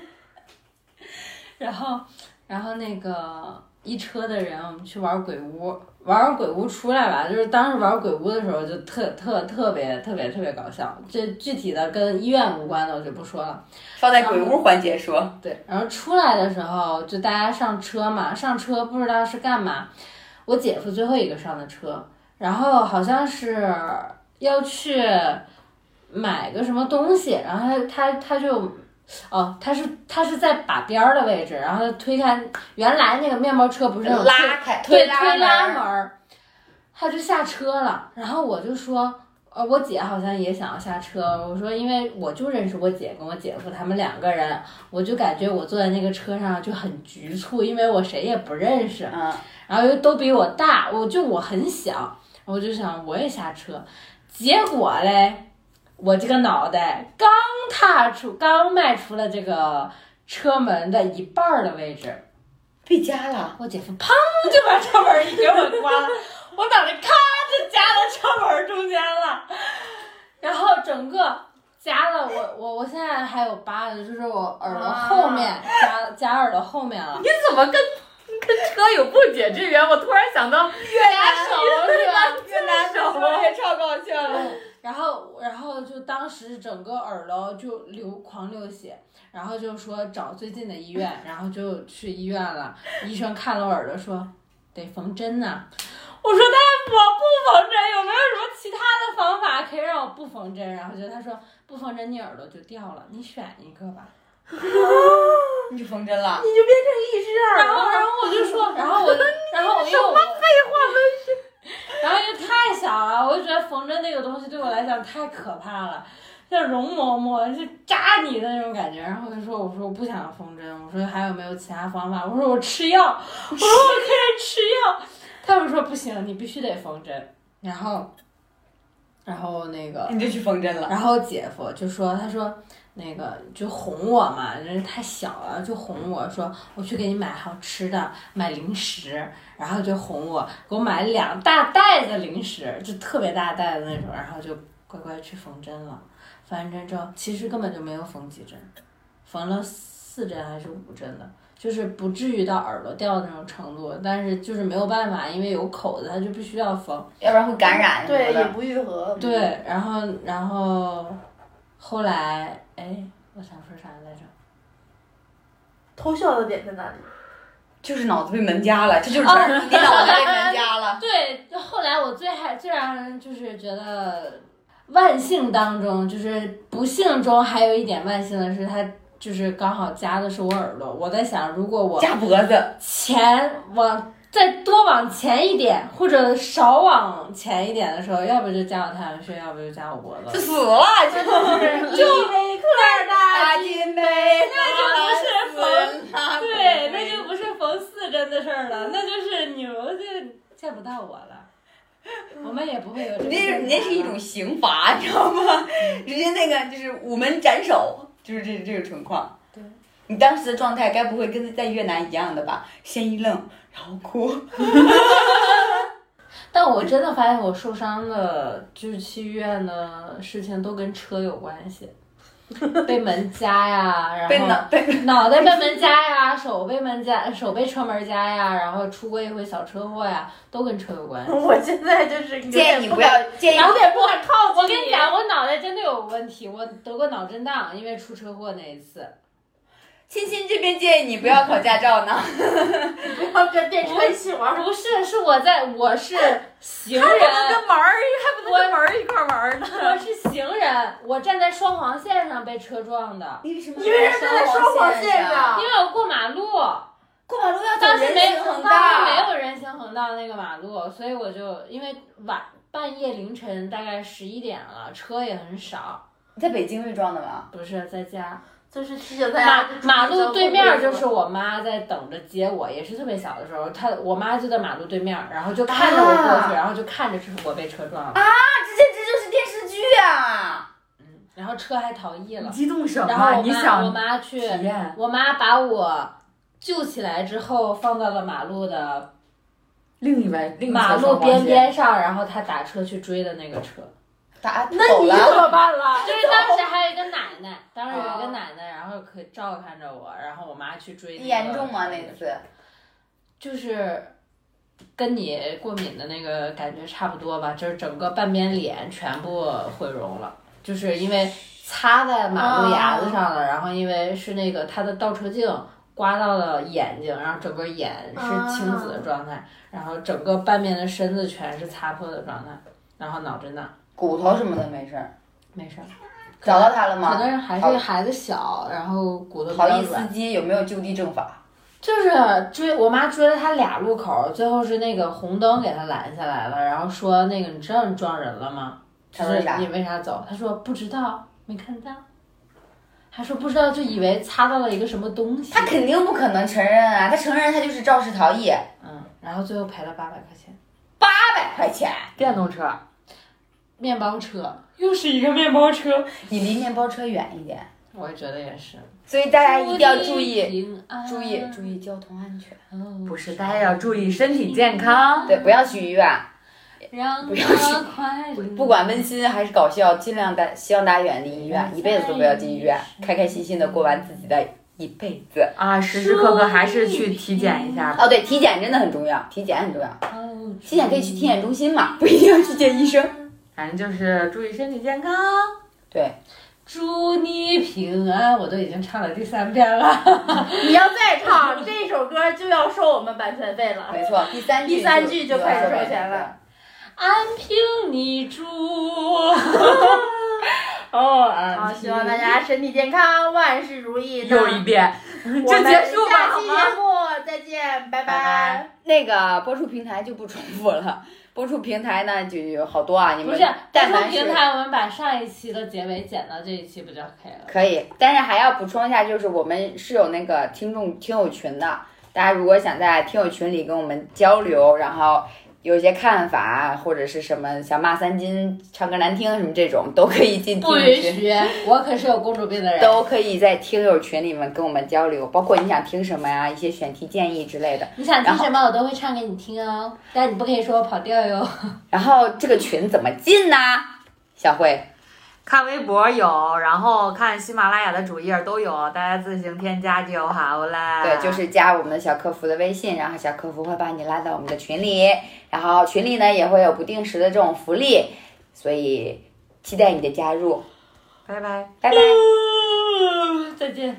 [SPEAKER 4] 然后，然后那个一车的人，我们去玩鬼屋，玩完鬼屋出来吧，就是当时玩鬼屋的时候就特特特别特别特别搞笑。这具体的跟医院无关的我就不说了。
[SPEAKER 2] 放在鬼屋环节说，
[SPEAKER 4] 对，然后出来的时候就大家上车嘛，上车不知道是干嘛。我姐夫最后一个上的车，然后好像是要去买个什么东西，然后他他他就。哦，他是他是在把边儿的位置，然后他推开原来那个面包车不是那种推
[SPEAKER 2] 拉开
[SPEAKER 4] 推
[SPEAKER 2] 拉
[SPEAKER 4] 推拉门
[SPEAKER 2] 门，
[SPEAKER 4] 儿，他就下车了。然后我就说，呃，我姐好像也想要下车。我说，因为我就认识我姐跟我姐夫他们两个人，我就感觉我坐在那个车上就很局促，因为我谁也不认识，
[SPEAKER 2] 嗯，
[SPEAKER 4] 然后又都比我大，我就我很小，我就想我也下车。结果嘞，我这个脑袋刚踏出，刚迈出了这个车门的一半儿的位置。
[SPEAKER 2] 被夹了，
[SPEAKER 4] 我姐夫砰就把车门一给我刮了，我脑袋咔就夹到车门中间了，然后整个夹了我我我现在还有疤呢，就是我耳朵后面夹夹耳朵后面了，
[SPEAKER 1] 你怎么跟跟车有不解之缘？我突然想到
[SPEAKER 4] 夹手是吧？
[SPEAKER 1] 越南的我也超搞笑了。
[SPEAKER 4] 然后，然后就当时整个耳朵就流狂流血，然后就说找最近的医院，然后就去医院了。医生看了我耳朵说得缝针呐、我说那我不缝针，有没有什么其他的方法可以让我不缝针？然后就他说不缝针你耳朵就掉了，你选一个吧。
[SPEAKER 2] 你缝针了，
[SPEAKER 3] 你就变成一只
[SPEAKER 4] 然
[SPEAKER 3] 耳
[SPEAKER 4] 后，然后我就说，然后我，然后我因为我然后又太小了，我就觉得缝针那个东西对我来讲太可怕了，像容嬷嬷就扎你的那种感觉。然后我就说，我说我不想缝针，我说还有没有其他方法？我说我吃药，我说我可以吃药。 他们说不行，你必须得缝针。然后，然后那个
[SPEAKER 2] 你就去缝针了，
[SPEAKER 4] 然后姐夫就说，他说那个就哄我嘛，人家太小了，就哄我说我去给你买好吃的，买零食，然后就哄我给我买两大袋子零食，就特别大袋子那种，然后就乖乖去缝针了。缝完针之后，其实根本就没有缝几针，缝了四针还是五针的。就是不至于到耳朵掉的那种程度，但是就是没有办法，因为有口子，它就必须要缝。
[SPEAKER 2] 要不然会感染什么
[SPEAKER 3] 对，也
[SPEAKER 2] 的。
[SPEAKER 3] 不愈合。
[SPEAKER 4] 哦对，然后然后后来，哎，我想说啥来着？
[SPEAKER 3] 偷笑的点在哪里？
[SPEAKER 2] 就是脑子被门夹了，这就是你脑子被门夹 了。
[SPEAKER 4] 啊对，就后来我最还最让人就是觉得万幸当中，就是不幸中还有一点万幸的是，他就是刚好夹的是我耳朵。我在想，如果我
[SPEAKER 2] 夹脖子，
[SPEAKER 4] 前往再多往前一点，或者少往前一点的时候，要不就夹我太阳穴，要不就夹我脖
[SPEAKER 2] 就
[SPEAKER 4] 子。
[SPEAKER 2] 死了，就
[SPEAKER 4] 就
[SPEAKER 2] 大金杯，
[SPEAKER 4] 那就不是
[SPEAKER 2] 死 了。
[SPEAKER 4] 对，那就不是缝四针的事儿
[SPEAKER 2] 嗯
[SPEAKER 4] 了，那就是牛就见不到我了，我们也不会有这个
[SPEAKER 2] 你
[SPEAKER 4] 事
[SPEAKER 2] 那
[SPEAKER 4] 儿
[SPEAKER 2] 你那是一种刑罚，你知道吗？直接那个就是午门斩首，就是这这个情况。
[SPEAKER 4] 对，
[SPEAKER 2] 你当时的状态该不会跟在越南一样的吧？先一愣，然后哭。
[SPEAKER 4] 但我真的发现我受伤的，就是去医院的事情都跟车有关 系，被门夹呀，然后
[SPEAKER 2] 被脑被
[SPEAKER 4] 脑袋被门夹呀， 手被门夹，手被车门夹呀，然后出过一回小车祸呀，都跟车有关系。
[SPEAKER 3] 我现在就是有
[SPEAKER 2] 建议你
[SPEAKER 3] 点
[SPEAKER 2] 不
[SPEAKER 3] 敢
[SPEAKER 2] 要，建议
[SPEAKER 4] 然后
[SPEAKER 3] 有点不敢靠近
[SPEAKER 4] 我跟你讲，我脑袋真的有问题，我得过脑震荡，因为出车祸那一次。
[SPEAKER 2] 欣欣这边建议你不要考驾照呢。
[SPEAKER 3] 你不要跟电车一起玩儿，
[SPEAKER 4] 不是，是我在，我是行人，
[SPEAKER 1] 跟门儿还不能跟门儿一块儿玩儿呢。
[SPEAKER 4] 我是行人，我站在双黄线上被车撞的，
[SPEAKER 2] 你为什么
[SPEAKER 3] 因为是在双黄线上
[SPEAKER 4] 因为我过马路，
[SPEAKER 2] 过马路要
[SPEAKER 4] 当
[SPEAKER 2] 走
[SPEAKER 4] 时
[SPEAKER 2] 人
[SPEAKER 4] 没
[SPEAKER 2] 行横
[SPEAKER 4] 当时没
[SPEAKER 2] 道。
[SPEAKER 4] 有人行横道那个马路，所以我就因为晚半夜凌晨大概十一点了，车也很少，
[SPEAKER 2] 你在北京被撞的吗？
[SPEAKER 4] 不是在家
[SPEAKER 3] 就是提醒大
[SPEAKER 4] 马
[SPEAKER 3] 家，
[SPEAKER 4] 马路对面就是我妈在等着接我，也是特别小的时候，她我妈就在马路对面，然后就看着我过
[SPEAKER 2] 啊
[SPEAKER 4] 去，然后就看着我被车撞了，
[SPEAKER 2] 那这简直就是电视剧啊！
[SPEAKER 4] 然后车还逃逸了。
[SPEAKER 1] 激动什
[SPEAKER 4] 然后
[SPEAKER 1] 么？
[SPEAKER 4] 我
[SPEAKER 1] 你
[SPEAKER 4] 妈我
[SPEAKER 1] 想
[SPEAKER 4] 妈去
[SPEAKER 1] 体验？
[SPEAKER 4] 我妈把我救起来之后，放到了马路的
[SPEAKER 1] 另一边，另一侧
[SPEAKER 4] 马
[SPEAKER 1] 双
[SPEAKER 4] 路
[SPEAKER 1] 黄
[SPEAKER 4] 边
[SPEAKER 1] 线。
[SPEAKER 4] 边上，然后她打车去追的那个车。
[SPEAKER 2] 打
[SPEAKER 3] 那
[SPEAKER 2] 走
[SPEAKER 3] 你怎
[SPEAKER 2] 了，
[SPEAKER 3] 么办了？
[SPEAKER 4] 就是当时还有一个奶奶，当时有一个奶奶，然后可照看着我，然后我妈去追、那个。
[SPEAKER 2] 严重吗？那次
[SPEAKER 4] 就是跟你过敏的那个感觉差不多吧，就是整个半边脸全部毁容了，就是因为擦在马路牙子上了，然后因为是那个它的倒车镜。刮到了眼睛，然后整个眼是青紫的状态，然后整个半边的身子全是擦破的状态，然后脑震荡
[SPEAKER 2] 骨头什么的没事儿。
[SPEAKER 4] 没事儿。
[SPEAKER 2] 找到他了吗？
[SPEAKER 4] 可能还
[SPEAKER 2] 好
[SPEAKER 4] 是孩子小，然后骨头比
[SPEAKER 2] 逃
[SPEAKER 4] 较
[SPEAKER 2] 逸司
[SPEAKER 4] 软。
[SPEAKER 2] 机有没有就地正法？
[SPEAKER 4] 就是追我妈追了他俩路口，最后是那个红灯给他拦下来了，然后说那个你知道你撞人了吗？
[SPEAKER 2] 他
[SPEAKER 4] 就
[SPEAKER 2] 说
[SPEAKER 4] 是
[SPEAKER 2] 啥
[SPEAKER 4] 你为啥走？他说不知道，没看到。还说不知道，就以为擦到了一个什么东西。
[SPEAKER 2] 他肯定不可能承认啊！他承认他就是肇事逃逸，
[SPEAKER 4] 嗯，然后最后赔了八百块钱。
[SPEAKER 2] 八百块钱。
[SPEAKER 1] 电动车，
[SPEAKER 4] 面包车又是一个面包车，
[SPEAKER 2] 你离面包车远一点，
[SPEAKER 4] 我觉得也是。
[SPEAKER 2] 所以大家一定要注意，啊
[SPEAKER 4] 平安，
[SPEAKER 2] 注意，注意交通安全。
[SPEAKER 4] 哦，
[SPEAKER 1] 不是大家要注意身体健康。
[SPEAKER 2] 对，不要去医院。
[SPEAKER 4] 让
[SPEAKER 2] 不要
[SPEAKER 4] 我快乐。
[SPEAKER 2] 不管温馨还是搞笑，尽量大，希望大家远离医院，一辈子都不要进医院，开开心心的过完自己的一辈子。
[SPEAKER 1] 啊，时时刻刻还是去体检一下吧。
[SPEAKER 2] 哦，对，体检真的很重要，体检很重要，
[SPEAKER 4] 哦
[SPEAKER 2] 体检可以去体检中心嘛，不一定要去见医生。
[SPEAKER 1] 反正就是注意身体健康。
[SPEAKER 2] 对，
[SPEAKER 4] 祝你平安，我都已经唱了第三遍了。
[SPEAKER 5] 你要再唱这首歌，就要收我们版权费了。
[SPEAKER 2] 没错，第三句
[SPEAKER 5] 第三句就开始收钱了。
[SPEAKER 4] 安平你 住，哦，安
[SPEAKER 1] 啊
[SPEAKER 5] 好，
[SPEAKER 4] 平
[SPEAKER 5] 希望大家身体健康，万事如意。
[SPEAKER 1] 又一遍，
[SPEAKER 5] 我
[SPEAKER 1] 就
[SPEAKER 5] 们
[SPEAKER 1] 结束吧，
[SPEAKER 5] 下
[SPEAKER 1] 好
[SPEAKER 5] 期
[SPEAKER 1] 吗？
[SPEAKER 5] 节目再见，拜
[SPEAKER 1] 拜
[SPEAKER 2] 那个播出平台就不重复了， 播出平台呢就有好多啊，你
[SPEAKER 4] 不
[SPEAKER 2] 们
[SPEAKER 4] 是，但
[SPEAKER 2] 但凡
[SPEAKER 4] 是
[SPEAKER 2] 是
[SPEAKER 4] 平台我们把上一期的结尾剪到这一期不就可以了？
[SPEAKER 2] 可以，但是还要补充一下，就是我们是有那个听众听友群的，大家如果想在听友群里跟我们交流，然后有一些看法啊或者是什么想骂三金、唱歌难听什么这种，都可以进听
[SPEAKER 4] 不
[SPEAKER 2] 友
[SPEAKER 4] 允
[SPEAKER 2] 群，
[SPEAKER 4] 许，我可是有公主病的人。
[SPEAKER 2] 都可以在听友群里面跟我们交流，包括你想听什么呀，一些选题建议之类的。
[SPEAKER 4] 你想听
[SPEAKER 2] 然后
[SPEAKER 4] 什么，我都会唱给你听哦，但你不可以说我跑调哟。
[SPEAKER 2] 然后这个群怎么进呢？小慧，
[SPEAKER 1] 看微博有，然后看喜马拉雅的主页都有，大家自行添加就好了。
[SPEAKER 2] 对，就是加我们的小客服的微信，然后小客服会把你拉到我们的群里，然后群里呢也会有不定时的这种福利，所以期待你的加入，
[SPEAKER 1] 拜拜。
[SPEAKER 2] 拜拜。
[SPEAKER 4] 再见。